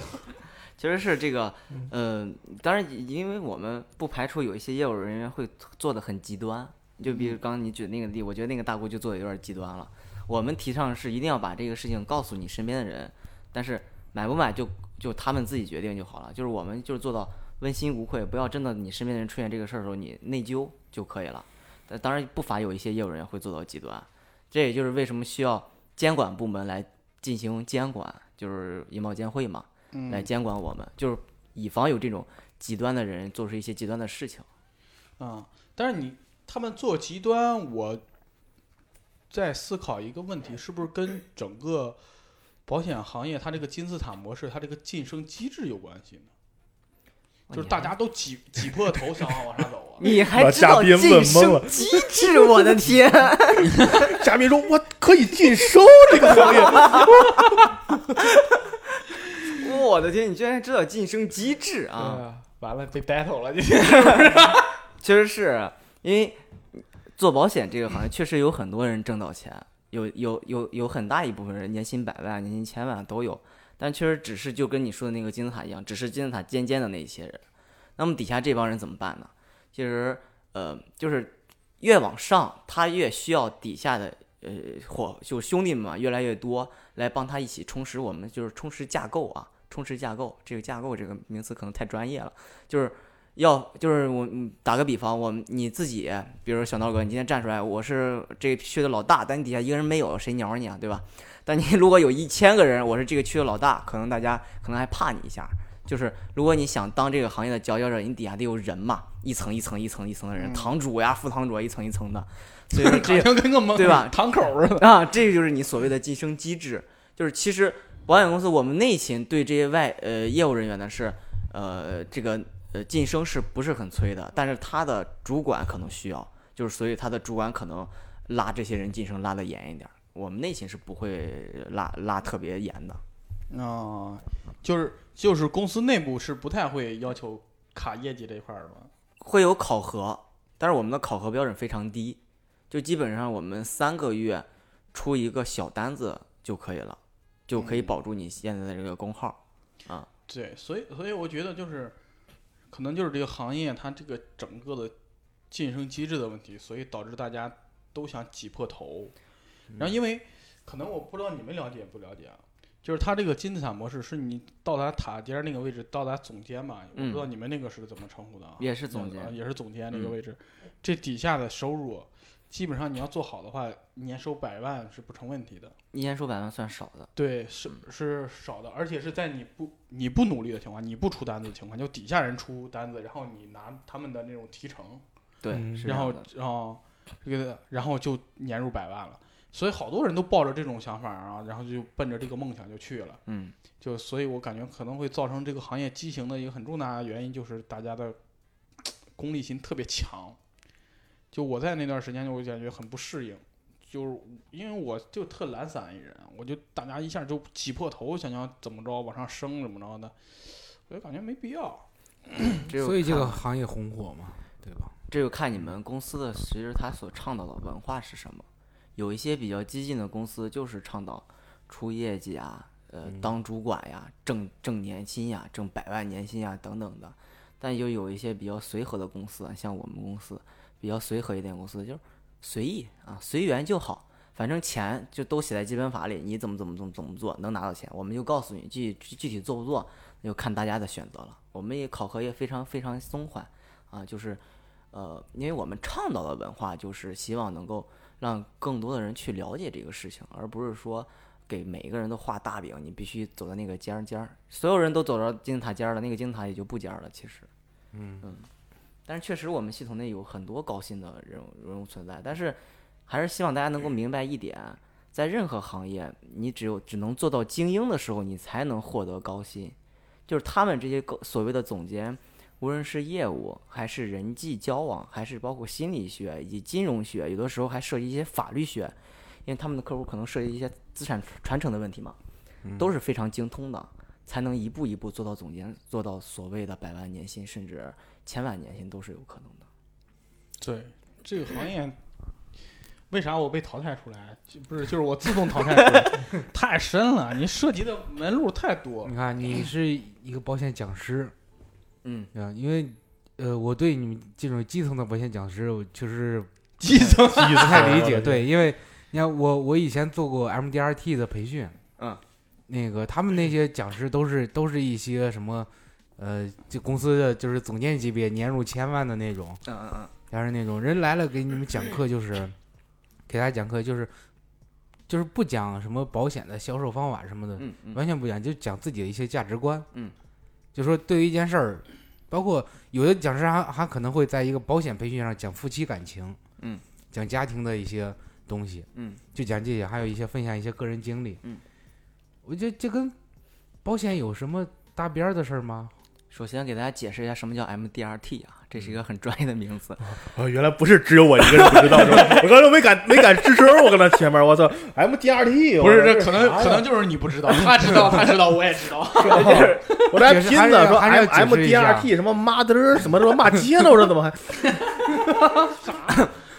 Speaker 4: 其实是这个，嗯、当然，因为我们不排除有一些业务人员会做的很极端，就比如刚刚你举那个例，我觉得那个大姑就做的有点极端了。我们提倡是一定要把这个事情告诉你身边的人，但是买不买就就他们自己决定就好了。就是我们就是做到问心无愧，不要真的你身边的人出现这个事儿的时候你内疚就可以了。但当然不乏有一些业务人员会做到极端，这也就是为什么需要监管部门来进行监管，就是银保监会嘛。来
Speaker 1: 嗯
Speaker 4: 监管我们，就是以防有这种极端的人做出一些极端的事情。，
Speaker 1: 嗯，但是你他们做极端，我在思考一个问题，是不是跟整个保险行业它这个金字塔模式，它这个晋升机制有关系呢？就是大家都挤 *laughs* 挤破头想往往上走啊
Speaker 4: 你还
Speaker 2: 把
Speaker 4: 知
Speaker 2: 嘉
Speaker 4: 道
Speaker 2: 宾
Speaker 4: 晋
Speaker 2: 问懵
Speaker 4: 升
Speaker 2: 了
Speaker 4: 机制？我的天！ *laughs*
Speaker 2: 嘉宾说：“我可以进收这个行业。
Speaker 4: 我的天！你居然知道晋升机制啊！
Speaker 1: 啊，完了被 battle
Speaker 4: *laughs*
Speaker 1: 了，你
Speaker 4: 确实是因为做保险这个行业，确实有很多人挣到钱，有有有有很大一部分人年薪百万、年薪千万都有，但确实只是就跟你说的那个金字塔一样，只是金字塔尖尖的那一些人。那么底下这帮人怎么办呢？其实，呃，就是越往上，他越需要底下的呃伙就兄弟们嘛越来越多，来帮他一起充实我们，就是充实架构啊，充实架构。这个架构这个名词可能太专业了，就是要就是我嗯打个比方，我们你自己，比如说小刀哥，你今天站出来，我是这个区的老大，但你底下一个人没有，谁鸟你啊，对吧？但你如果有一千个人，我是这个区的老大，可能大家可能还怕你一下。就是如果你想当这个行业的佼佼者，你底下得有人嘛，一层一层一层一层的
Speaker 1: 嗯
Speaker 4: 人，堂主呀、副堂主啊，一层一层的，所以说这
Speaker 1: 就跟个门
Speaker 4: 对吧
Speaker 1: 堂口似的。
Speaker 4: 啊，这就是你所谓的晋升机制。就是其实保险公司我们内勤对这些外呃业务人员呢是呃这个呃晋升是不是很催的，但是他的主管可能需要，就是所以他的主管可能拉这些人晋升拉得严一点儿。我们内勤是不会拉拉特别严的，
Speaker 1: 啊，就是就是公司内部是不太会要求卡业绩这一块儿的吧？
Speaker 4: 会有考核，但是我们的考核标准非常低，就基本上我们三个月出一个小单子就可以了，就可以
Speaker 1: 嗯
Speaker 4: 保住你现在的这个工号。
Speaker 1: 对，所以所以我觉得就是，可能就是这个行业它这个整个的晋升机制的问题，所以导致大家都想挤破头。
Speaker 4: 嗯
Speaker 1: 然后因为可能我不知道你们了解不了解啊，就是它这个金字塔模式是你到达塔尖儿那个位置，到达总监嘛，我不
Speaker 4: 嗯
Speaker 1: 知道你们那个是怎么称呼的啊？
Speaker 4: 也是总监
Speaker 1: 啊也是总监那
Speaker 4: 嗯
Speaker 1: 个位置，这底下的收入。基本上你要做好的话，年收百万是不成问题的。
Speaker 4: 一年收百万算少的，
Speaker 1: 对，是是少的，而且是在你不你不努力的情况，你不出单子的情况，就底下人出单子，然后你拿他们的那种提成，
Speaker 4: 对，
Speaker 2: 嗯
Speaker 4: 是这
Speaker 1: 然
Speaker 4: 样
Speaker 1: 后
Speaker 4: 的
Speaker 1: 然后这个然后就年入百万了。所以好多人都抱着这种想法啊，然后就奔着这个梦想就去了。
Speaker 4: 嗯，
Speaker 1: 就所以，我感觉可能会造成这个行业畸形的一个很重大的原因，就是大家的功利心特别强。就我在那段时间，就我感觉很不适应，就是因为我就特懒散一人，我就大家一下就挤破头想要怎么着往上升怎么着的，我就感觉没必要。
Speaker 4: 只有
Speaker 3: 所以这个
Speaker 4: 看
Speaker 3: 行业红火嘛，对吧？
Speaker 4: 这就看你们公司的，其实它所倡导的文化是什么。有一些比较激进的公司就是倡导出业绩啊，呃，当主管呀，挣挣年薪呀，挣百万年薪呀等等的。但又有一些比较随和的公司啊，像我们公司比较随和一点，公司就是随意啊，随缘就好。反正钱就都写在基本法里，你怎么怎么怎么怎么做能拿到钱，我们就告诉你具具具体做不做，那就看大家的选择了。我们也考核也非常非常松缓啊，就是呃，因为我们倡导的文化就是希望能够让更多的人去了解这个事情，而不是说给每一个人都画大饼，你必须走到那个尖儿尖儿，所有人都走到金字塔尖儿了，那个金字塔也就不尖儿了。其实，嗯但是确实我们系统内有很多高薪的人物人物存在，但是还是希望大家能够明白一点。在任何行业，你只有只能做到精英的时候，你才能获得高薪。就是他们这些高所谓的总监，无论是业务还是人际交往，还是包括心理学以及金融学，有的时候还涉及一些法律学，因为他们的客户可能涉及一些资产传承的问题嘛，都是非常精通的，才能一步一步做到总监，做到所谓的百万年薪，甚至千万年薪都是有可能的。
Speaker 1: 对，这个行业为啥我被淘汰出来？就不是，就是我自动淘汰出来， *laughs* 太深了，你涉及的门路太多。 *laughs*
Speaker 3: 你看，你是一个保险讲师，
Speaker 4: 嗯，
Speaker 3: 对吧？因为呃，我对你们这种基层的保险讲师，我确实
Speaker 1: 基层
Speaker 2: 不
Speaker 3: 不太
Speaker 2: *laughs*
Speaker 3: 理
Speaker 4: *laughs*
Speaker 3: 解。，对，因为你看我我以前做过 MDRT 的培训，
Speaker 4: 嗯，
Speaker 3: 那个他们那些讲师都是都是一些什么，呃，就公司的就是总监级别，年入千万的那种，
Speaker 4: 嗯嗯嗯，
Speaker 3: 但是那种人来了给你们讲课就是，给大家讲课就是，就是不讲什么保险的销售方法什么的，
Speaker 4: 嗯嗯
Speaker 3: 完全不一样，就讲自己的一些价值观。
Speaker 4: 嗯，
Speaker 3: 就说对于一件事儿，包括有的讲师还还可能会在一个保险培训上讲夫妻感情，
Speaker 4: 嗯，
Speaker 3: 讲家庭的一些东西，
Speaker 4: 嗯，
Speaker 3: 就讲这些，还有一些分享一些个人经历。
Speaker 4: 嗯，
Speaker 3: 我觉得这跟保险有什么搭边儿的事儿吗？
Speaker 4: 首先给大家解释一下什么叫 MDRT 啊，这是一个很专业的名词。
Speaker 2: 啊，原来不是只有我一个人不知道，是吧我刚才没敢没敢吱声，我跟他前面，我操，MDRT，
Speaker 1: 不是，
Speaker 2: 这
Speaker 1: 这可能可能就是你不知道，他知道，他知道，我也知道。
Speaker 3: *laughs*
Speaker 2: 是，我这还拼呢，说
Speaker 3: 还是
Speaker 2: M
Speaker 3: 还是
Speaker 2: M
Speaker 3: 要解释一
Speaker 2: D
Speaker 3: 下
Speaker 2: R T 什么 mother 什么什么骂街呢，我说怎么还 *laughs*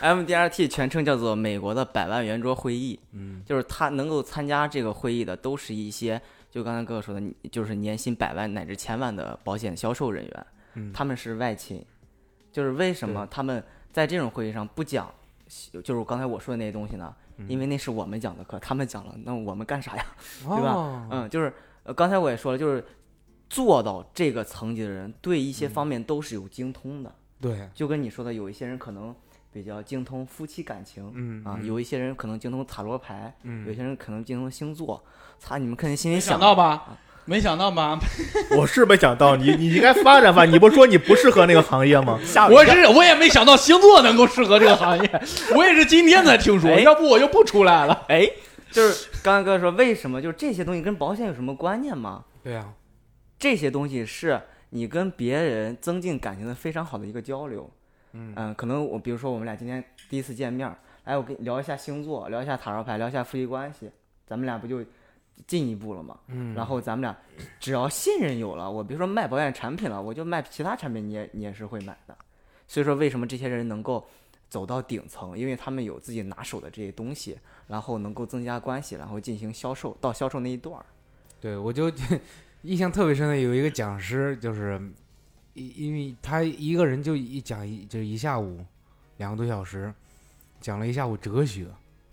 Speaker 4: MDRT 全称叫做美国的百万圆桌会议，
Speaker 3: 嗯，
Speaker 4: 就是他能够参加这个会议的，都是一些就刚才哥哥说的，你就是年薪百万乃至千万的保险销售人员，
Speaker 3: 嗯
Speaker 4: 他们是外勤，就是为什么他们在这种会议上不讲，就是刚才我说的那些东西呢？因为那是我们讲的课，他们讲了，那我们干啥呀？嗯
Speaker 3: 对
Speaker 4: 吧
Speaker 3: 哦、
Speaker 4: 嗯，就是呃，刚才我也说了，就是做到这个层级的人，对一些方面都是有精通的。
Speaker 3: 对，
Speaker 4: 就跟你说的，有一些人可能比较精通夫妻感情。
Speaker 3: 嗯
Speaker 4: 啊，有一些人可能精通塔罗牌，有
Speaker 3: 嗯，
Speaker 4: 些人可能精通星座。擦，你们肯定心里
Speaker 1: 没想
Speaker 4: 想
Speaker 1: 到吧？没想到吧？
Speaker 2: 我是没想到你，你应该发展发展。你不是说你不适合那个行业吗？
Speaker 4: 吓
Speaker 1: 我是我也没想到星座能够适合这个行业，我也是今天才听说，
Speaker 4: 哎
Speaker 1: 要不我就不出来了。
Speaker 4: 哎，就是刚刚哥说，为什么就是这些东西跟保险有什么关联吗？
Speaker 3: 对啊呀，
Speaker 4: 这些东西是你跟别人增进感情的非常好的一个交流。
Speaker 3: 嗯
Speaker 4: 可能我比如说我们俩今天第一次见面儿，哎，我跟你聊一下星座，聊一下塔罗牌，聊一下夫妻关系，咱们俩不就进一步了吗？
Speaker 3: 嗯，
Speaker 4: 然后咱们俩只要信任有了，我别说卖保险产品了，我就卖其他产品，你也你也是会买的。所以说，为什么这些人能够走到顶层？因为他们有自己拿手的这些东西，然后能够增加关系，然后进行销售，到销售那一段儿。
Speaker 3: 对我就 *laughs* 印象特别深的有一个讲师，就是因因为他一个人就一讲一就一下午，两个多小时，讲了一下午哲学，
Speaker 1: *laughs*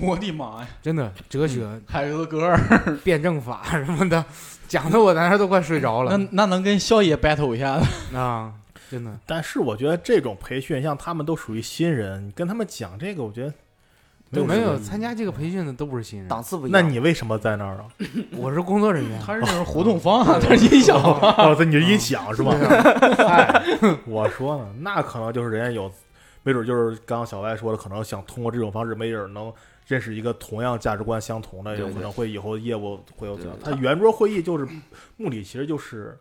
Speaker 1: 我的妈呀，
Speaker 3: 真的哲学、
Speaker 1: 海德格尔，
Speaker 4: 嗯
Speaker 3: 辩证法什么的，讲的我在那儿都快睡着
Speaker 1: 那
Speaker 3: 了
Speaker 1: 那能跟肖爷 battle 一下子？
Speaker 3: 啊！真的，
Speaker 2: 但是我觉得这种培训，像他们都属于新人，你跟他们讲这个，我觉得
Speaker 3: 都没
Speaker 2: 什么
Speaker 3: 有
Speaker 2: 意义
Speaker 3: 参加这个培训的都不是新人，
Speaker 4: 档次不一
Speaker 2: 那
Speaker 4: 样。
Speaker 2: 你为什么在那儿啊？
Speaker 3: 我是工作人员。
Speaker 1: 他是那种活动方 *laughs* 案，他是音响方案。
Speaker 2: *laughs*
Speaker 3: *laughs*
Speaker 2: 哦，这你是音响是吧？
Speaker 3: 对啊
Speaker 2: *laughs* 嗨，我说呢，那可能就是人家有，没准就是刚刚小歪说的，可能想通过这种方式，没准能认识一个同样价值观相同的，
Speaker 4: 对
Speaker 2: 有
Speaker 4: 对
Speaker 2: 可能会以后业务会有
Speaker 4: 对
Speaker 2: 怎样。
Speaker 4: 对
Speaker 2: 他圆桌会议就是目的，其实就是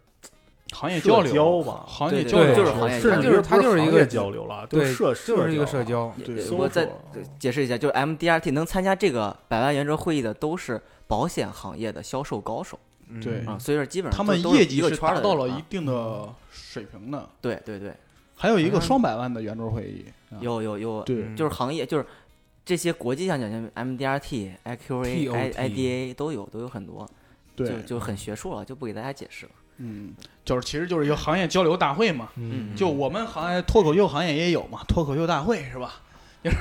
Speaker 1: 行业交
Speaker 2: 社交
Speaker 1: 流
Speaker 2: 吧
Speaker 1: 行业
Speaker 4: 对
Speaker 1: 交流
Speaker 3: 对
Speaker 4: 就是行业
Speaker 2: 甚至
Speaker 3: 交流
Speaker 2: 不
Speaker 3: 它就是
Speaker 2: 行
Speaker 3: 一个
Speaker 2: 业交流了，
Speaker 3: 对，
Speaker 2: 是社
Speaker 3: 就是一个社
Speaker 2: 社交。
Speaker 3: 交。嗯
Speaker 4: 也
Speaker 2: 对
Speaker 4: 也
Speaker 2: 搜
Speaker 4: 我再
Speaker 2: 索
Speaker 4: 对解释一下，就是 MDRT 能参加这个百万圆桌会议的都是保险行业的销售高手
Speaker 3: 嗯
Speaker 1: 对
Speaker 4: 啊，所以说基本上
Speaker 1: 他
Speaker 4: 都
Speaker 1: 们
Speaker 4: 都是
Speaker 1: 业绩
Speaker 4: 一个
Speaker 1: 是
Speaker 4: 圈儿
Speaker 1: 达
Speaker 4: 的
Speaker 1: 到
Speaker 4: 人
Speaker 1: 了
Speaker 4: 啊嗯
Speaker 1: 一啊定的水平的，
Speaker 4: 对对对，
Speaker 1: 还有一
Speaker 4: 嗯
Speaker 1: 个双百万的圆桌会议。啊
Speaker 4: 有有有，
Speaker 1: 对，
Speaker 3: 嗯
Speaker 4: 就是行业就是这些国际上讲的 MDRT、IQA、I
Speaker 3: TOT
Speaker 4: IDA 都有都有很多，就
Speaker 1: 对，
Speaker 4: 就很学术了，就不给大家解释了。 *laughs*
Speaker 1: 嗯，就是其实就是一个行业交流大会嘛。
Speaker 4: 嗯，
Speaker 1: 就我们行业脱口秀行业也有嘛，脱口秀大会是吧？
Speaker 4: 嗯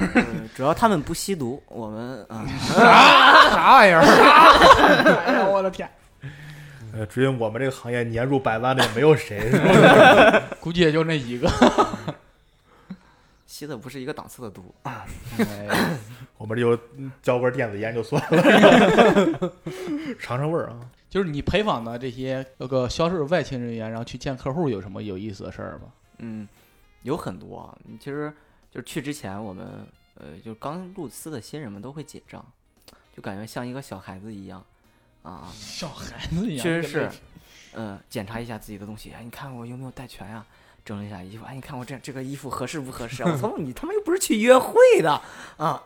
Speaker 4: 主要他们不吸毒，我们啊，
Speaker 3: 啥玩意儿？
Speaker 1: 哎呀，我的天，
Speaker 2: 呃，只有我们这个行业年入百万的也没有谁，是吧
Speaker 1: *laughs*
Speaker 2: *laughs*
Speaker 1: 估计也就那一
Speaker 4: *laughs*
Speaker 1: 个。
Speaker 4: 吸的不是一个档次的毒。哎
Speaker 2: 我们就交根电子烟就算了， *laughs* 尝尝味儿啊。
Speaker 1: 就是你陪访的这些那个销售外勤人员，然后去见客户，有什么有意思的事儿吗？
Speaker 4: 嗯，有很多啊。其实就是去之前，我们呃，就是刚入司的新人们都会结账，就感觉像一个小孩子一样啊，
Speaker 1: 小孩子一样，
Speaker 4: 确实
Speaker 1: 这个
Speaker 4: 是，嗯、检查一下自己的东西，哎，你看我有没有带全呀、整理一下衣服，哎，你看我这这个衣服合适不合适啊？我操， *laughs* 你他妈又不是去约会的啊！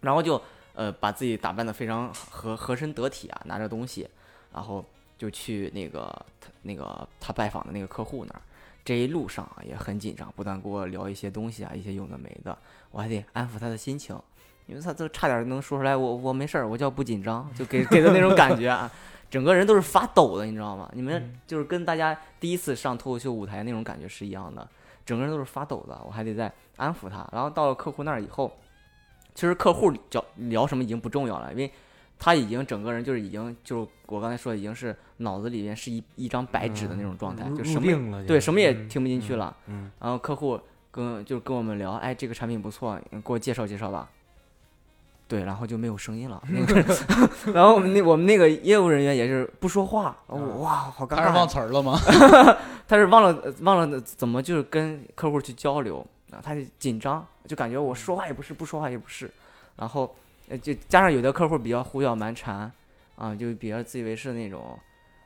Speaker 4: 然后就呃把自己打扮的非常合合身得体啊，拿着东西，然后就去那个他那个他拜访的那个客户那儿。这一路上啊也很紧张，不断跟我聊一些东西啊，一些有的没的，我还得安抚他的心情，因为他都差点能说出来我我没事儿，我叫不紧张，就给给的那种感觉啊，整个人都是发抖的，你知道吗？你们就是跟大家第一次上脱口秀舞台那种感觉是一样的，整个人都是发抖的，我还得再安抚他。然后到了客户那儿以后，其实客户聊聊什么已经不重要了，因为他已经整个人就是已经就是我刚才说的已经是脑子里面是一一张白纸的那种状态，
Speaker 3: 入
Speaker 4: 就
Speaker 3: 嗯入
Speaker 4: 什么
Speaker 3: 定了就，
Speaker 4: 对什么也
Speaker 3: 嗯
Speaker 4: 听不进去。了。
Speaker 3: 嗯
Speaker 4: 然后客户跟就跟我们聊，哎，这个产品不错，你给我介绍介绍吧。对，然后就没有声音了。那
Speaker 3: *laughs*
Speaker 4: 个，然后我们那我们那个业务人员也是不说话，哦、
Speaker 3: 嗯
Speaker 4: 哇，好尴
Speaker 1: 开始
Speaker 4: 尬
Speaker 1: 忘
Speaker 4: 呀。
Speaker 1: 词儿了吗？
Speaker 4: 他是忘了忘了怎么就是跟客户去交流啊，他就紧张，就感觉我说话也不是，不说话也不是，然后呃就加上有的客户比较胡搅蛮缠啊，就比较自以为是那种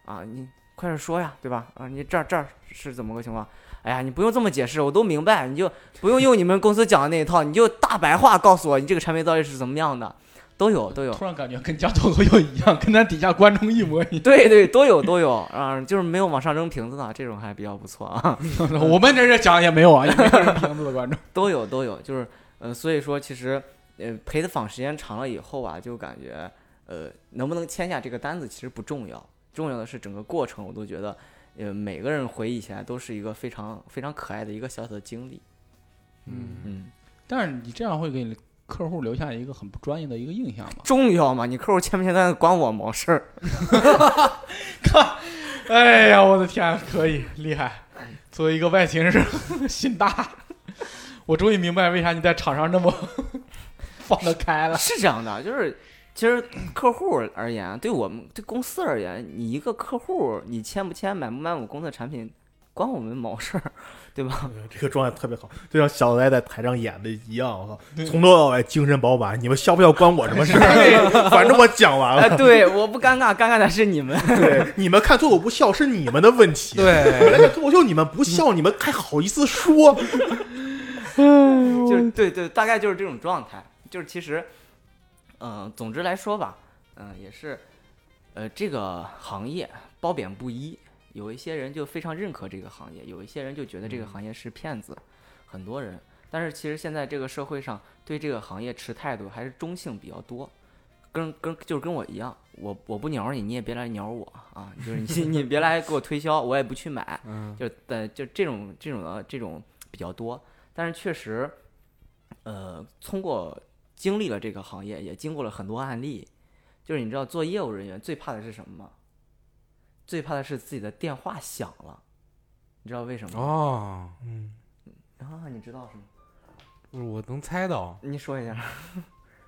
Speaker 4: 啊，你快点说呀，对吧？啊，你这儿这儿是怎么个情况？哎呀，你不用这么解释，我都明白，你就不用用你们公司讲的那一套，你就大白话告诉我你这个产品到底是怎么样的，都有都
Speaker 1: *laughs*
Speaker 4: 有。
Speaker 1: 突然感觉跟讲脱口秀一样，跟咱底下观众一模一样。
Speaker 4: 对对，都有都有啊，就是没有往上扔瓶子的这种还比较不错啊。
Speaker 1: *laughs* 我们这这讲也没有啊，也没有人听的观众。
Speaker 4: 都有都有，就是呃，所以说其实呃陪的访时间长了以后啊，就感觉呃能不能签下这个单子其实不重要，重要的是整个过程，我都觉得呃每个人回忆起来都是一个非常非常可爱的一个小小的经历。
Speaker 3: 嗯，
Speaker 4: 嗯，
Speaker 1: *laughs* 但是你这样会给你客户留下一个很不专业的一个印象吧？
Speaker 4: 重要吗？你客户签不签单子管我毛事儿。
Speaker 1: *laughs* 哎呀，我的天，可以厉害！作为一个外勤是心大，我终于明白为啥你在场上那么 *laughs* 放得开了。
Speaker 4: *laughs* 是这样的，就是其实客户而言，啊对我们对公司而言，你一个客户，你签不签、买不买我公司的产品，关我们毛事儿，对吧？
Speaker 2: 这个状态特别好，就像小呆在台上演的一样，我靠，从头到尾精神饱满。你们笑不笑关我什么事儿？反正我讲完
Speaker 4: 哎 *laughs*
Speaker 2: 了。，
Speaker 4: 对，我不尴尬，尴尬的是你们。
Speaker 2: 对，你们看脱口不笑是你们的问题。，本
Speaker 4: *laughs*
Speaker 1: 对，
Speaker 2: 来看脱口秀你们不笑，你们还好意思说？
Speaker 4: 就是对对，大概就是这种状态。就是其实，嗯、总之来说吧，嗯、也是，呃，这个行业褒贬不一，有一些人就非常认可这个行业，有一些人就觉得这个行业是骗子，很多人。但是其实现在这个社会上对这个行业持态度还是中性比较多，跟跟就是跟我一样，我我不鸟你，你也别来鸟我啊，就是你 *laughs* 你别来给我推销，我也不去买，
Speaker 3: 嗯，
Speaker 4: 就呃就这种这种的这种比较多，但是确实，呃，通过经历了这个行业，也经过了很多案例，就是你知道做业务人员最怕的是什么吗？最怕的是自己的电话响了，你知道为什么吗？
Speaker 3: 哦，
Speaker 4: 嗯啊，你知道什么？
Speaker 3: 不嗯是我能猜到，
Speaker 4: 你说一下。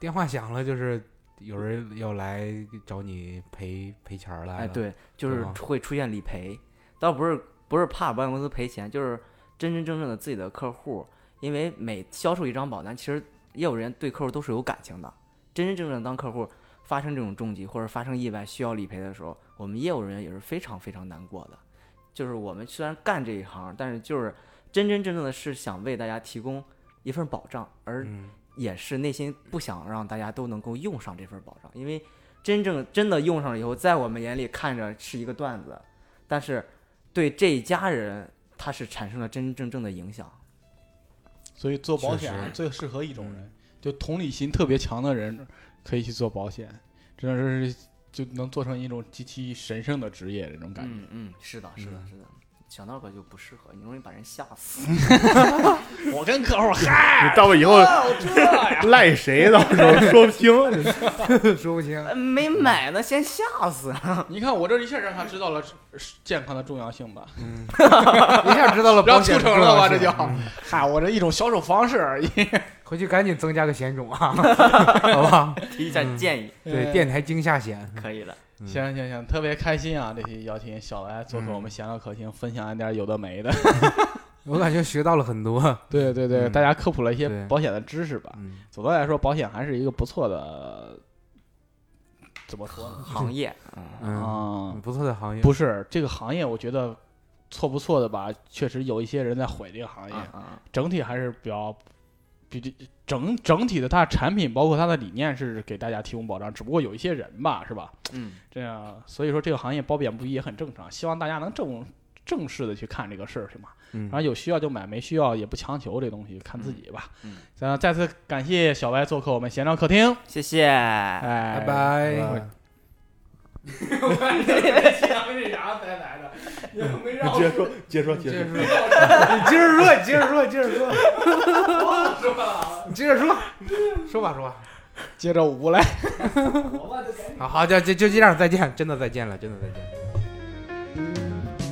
Speaker 3: 电话响了就是有人要来找你赔赔钱儿来了。
Speaker 4: 哎，，对，就是
Speaker 3: 吗
Speaker 4: 会出现理赔，倒不是不是怕保险公司赔钱，就是真真正正的自己的客户，因为每销售一张保单，其实业务人员对客户都是有感情的。真真正正当客户发生这种重疾或者发生意外需要理赔的时候，我们业务人员也是非常非常难过的。就是我们虽然干这一行，但是就是真真正正的是想为大家提供一份保障，而
Speaker 3: 嗯，
Speaker 4: 也是内心不想让大家都能够用上这份保障，因为真正真的用上了以后，在我们眼里看着是一个段子，但是对这一家人他是产生了真真正正的影响。
Speaker 1: 所以做保险
Speaker 3: 确
Speaker 1: 啊
Speaker 3: 实
Speaker 1: 最适合一种人，嗯就同理心特别强的人可以去做保险，真的是就能做成一种极其神圣的职业这种感觉。
Speaker 4: 嗯嗯，是的，是的，
Speaker 3: 嗯
Speaker 4: 是的。小闹哥就不适合，你容易把人吓 *laughs* 死。
Speaker 1: 嗯我跟客户嗨，
Speaker 2: 你到以后赖谁？到时候说不清。
Speaker 3: *laughs* 说不清。
Speaker 4: 呃没买呢，先吓死。啊
Speaker 1: 你看我这一下让他知道了健康的重要性吧。 *laughs*
Speaker 3: 嗯，一下知道了
Speaker 1: 然
Speaker 3: 保
Speaker 1: 后
Speaker 3: 险
Speaker 1: 促
Speaker 3: 的重
Speaker 1: 成
Speaker 3: 要
Speaker 1: 了
Speaker 3: 性，
Speaker 1: 吧，这就
Speaker 3: 嗯，
Speaker 1: *laughs* 嗨，我这一种销售方式而已。
Speaker 3: 回去赶紧增加个险种啊， *laughs* 好吧？
Speaker 4: 提一下
Speaker 3: 嗯
Speaker 4: 建议，
Speaker 3: *laughs* 对，电台惊吓险，
Speaker 4: 可以了。
Speaker 3: 嗯
Speaker 1: *laughs* 行行行，特别开心啊！这期邀请小来做客，我们闲聊可听，分享一点有的
Speaker 3: *laughs*
Speaker 1: 没的。
Speaker 3: 我感觉学到了很多。
Speaker 1: 对对对，
Speaker 3: 嗯
Speaker 1: 大家科普了一些
Speaker 3: 对
Speaker 1: 保险的知识吧。
Speaker 3: 嗯，
Speaker 1: 总的来说，保险还是一个不错的，怎么说呢？
Speaker 4: 行业，嗯
Speaker 1: 啊、
Speaker 3: 嗯，不错的行业，
Speaker 1: 不是这个行业，我觉得错不错的吧，确实有一些人在毁这个行业。
Speaker 4: 啊啊，
Speaker 1: 整体还是比较比这整整体的它的产品，包括它的理念是给大家提供保障，只不过有一些人吧，是吧？
Speaker 4: 嗯，
Speaker 1: 这样，所以说这个行业褒贬不一也很正常，希望大家能正正式的去看这个事儿，行吗？
Speaker 3: 嗯
Speaker 1: 然后有需要就买，没需要也不强求，这东西看自己吧。
Speaker 4: 嗯嗯
Speaker 1: 然后再次感谢小白做客我们闲聊客厅，
Speaker 4: 谢谢。
Speaker 1: 哎，
Speaker 3: 拜。拜
Speaker 2: 拜。
Speaker 1: 为啥才来的？也没让
Speaker 2: 接着说，接着说，接着说。
Speaker 3: 你接着说，你接着说，你接着说，你接着说， *laughs* 说吧，说吧。
Speaker 1: 接着舞来。
Speaker 3: 好好，就就就这样，再见，真的再见了，真的再见。
Speaker 1: Thank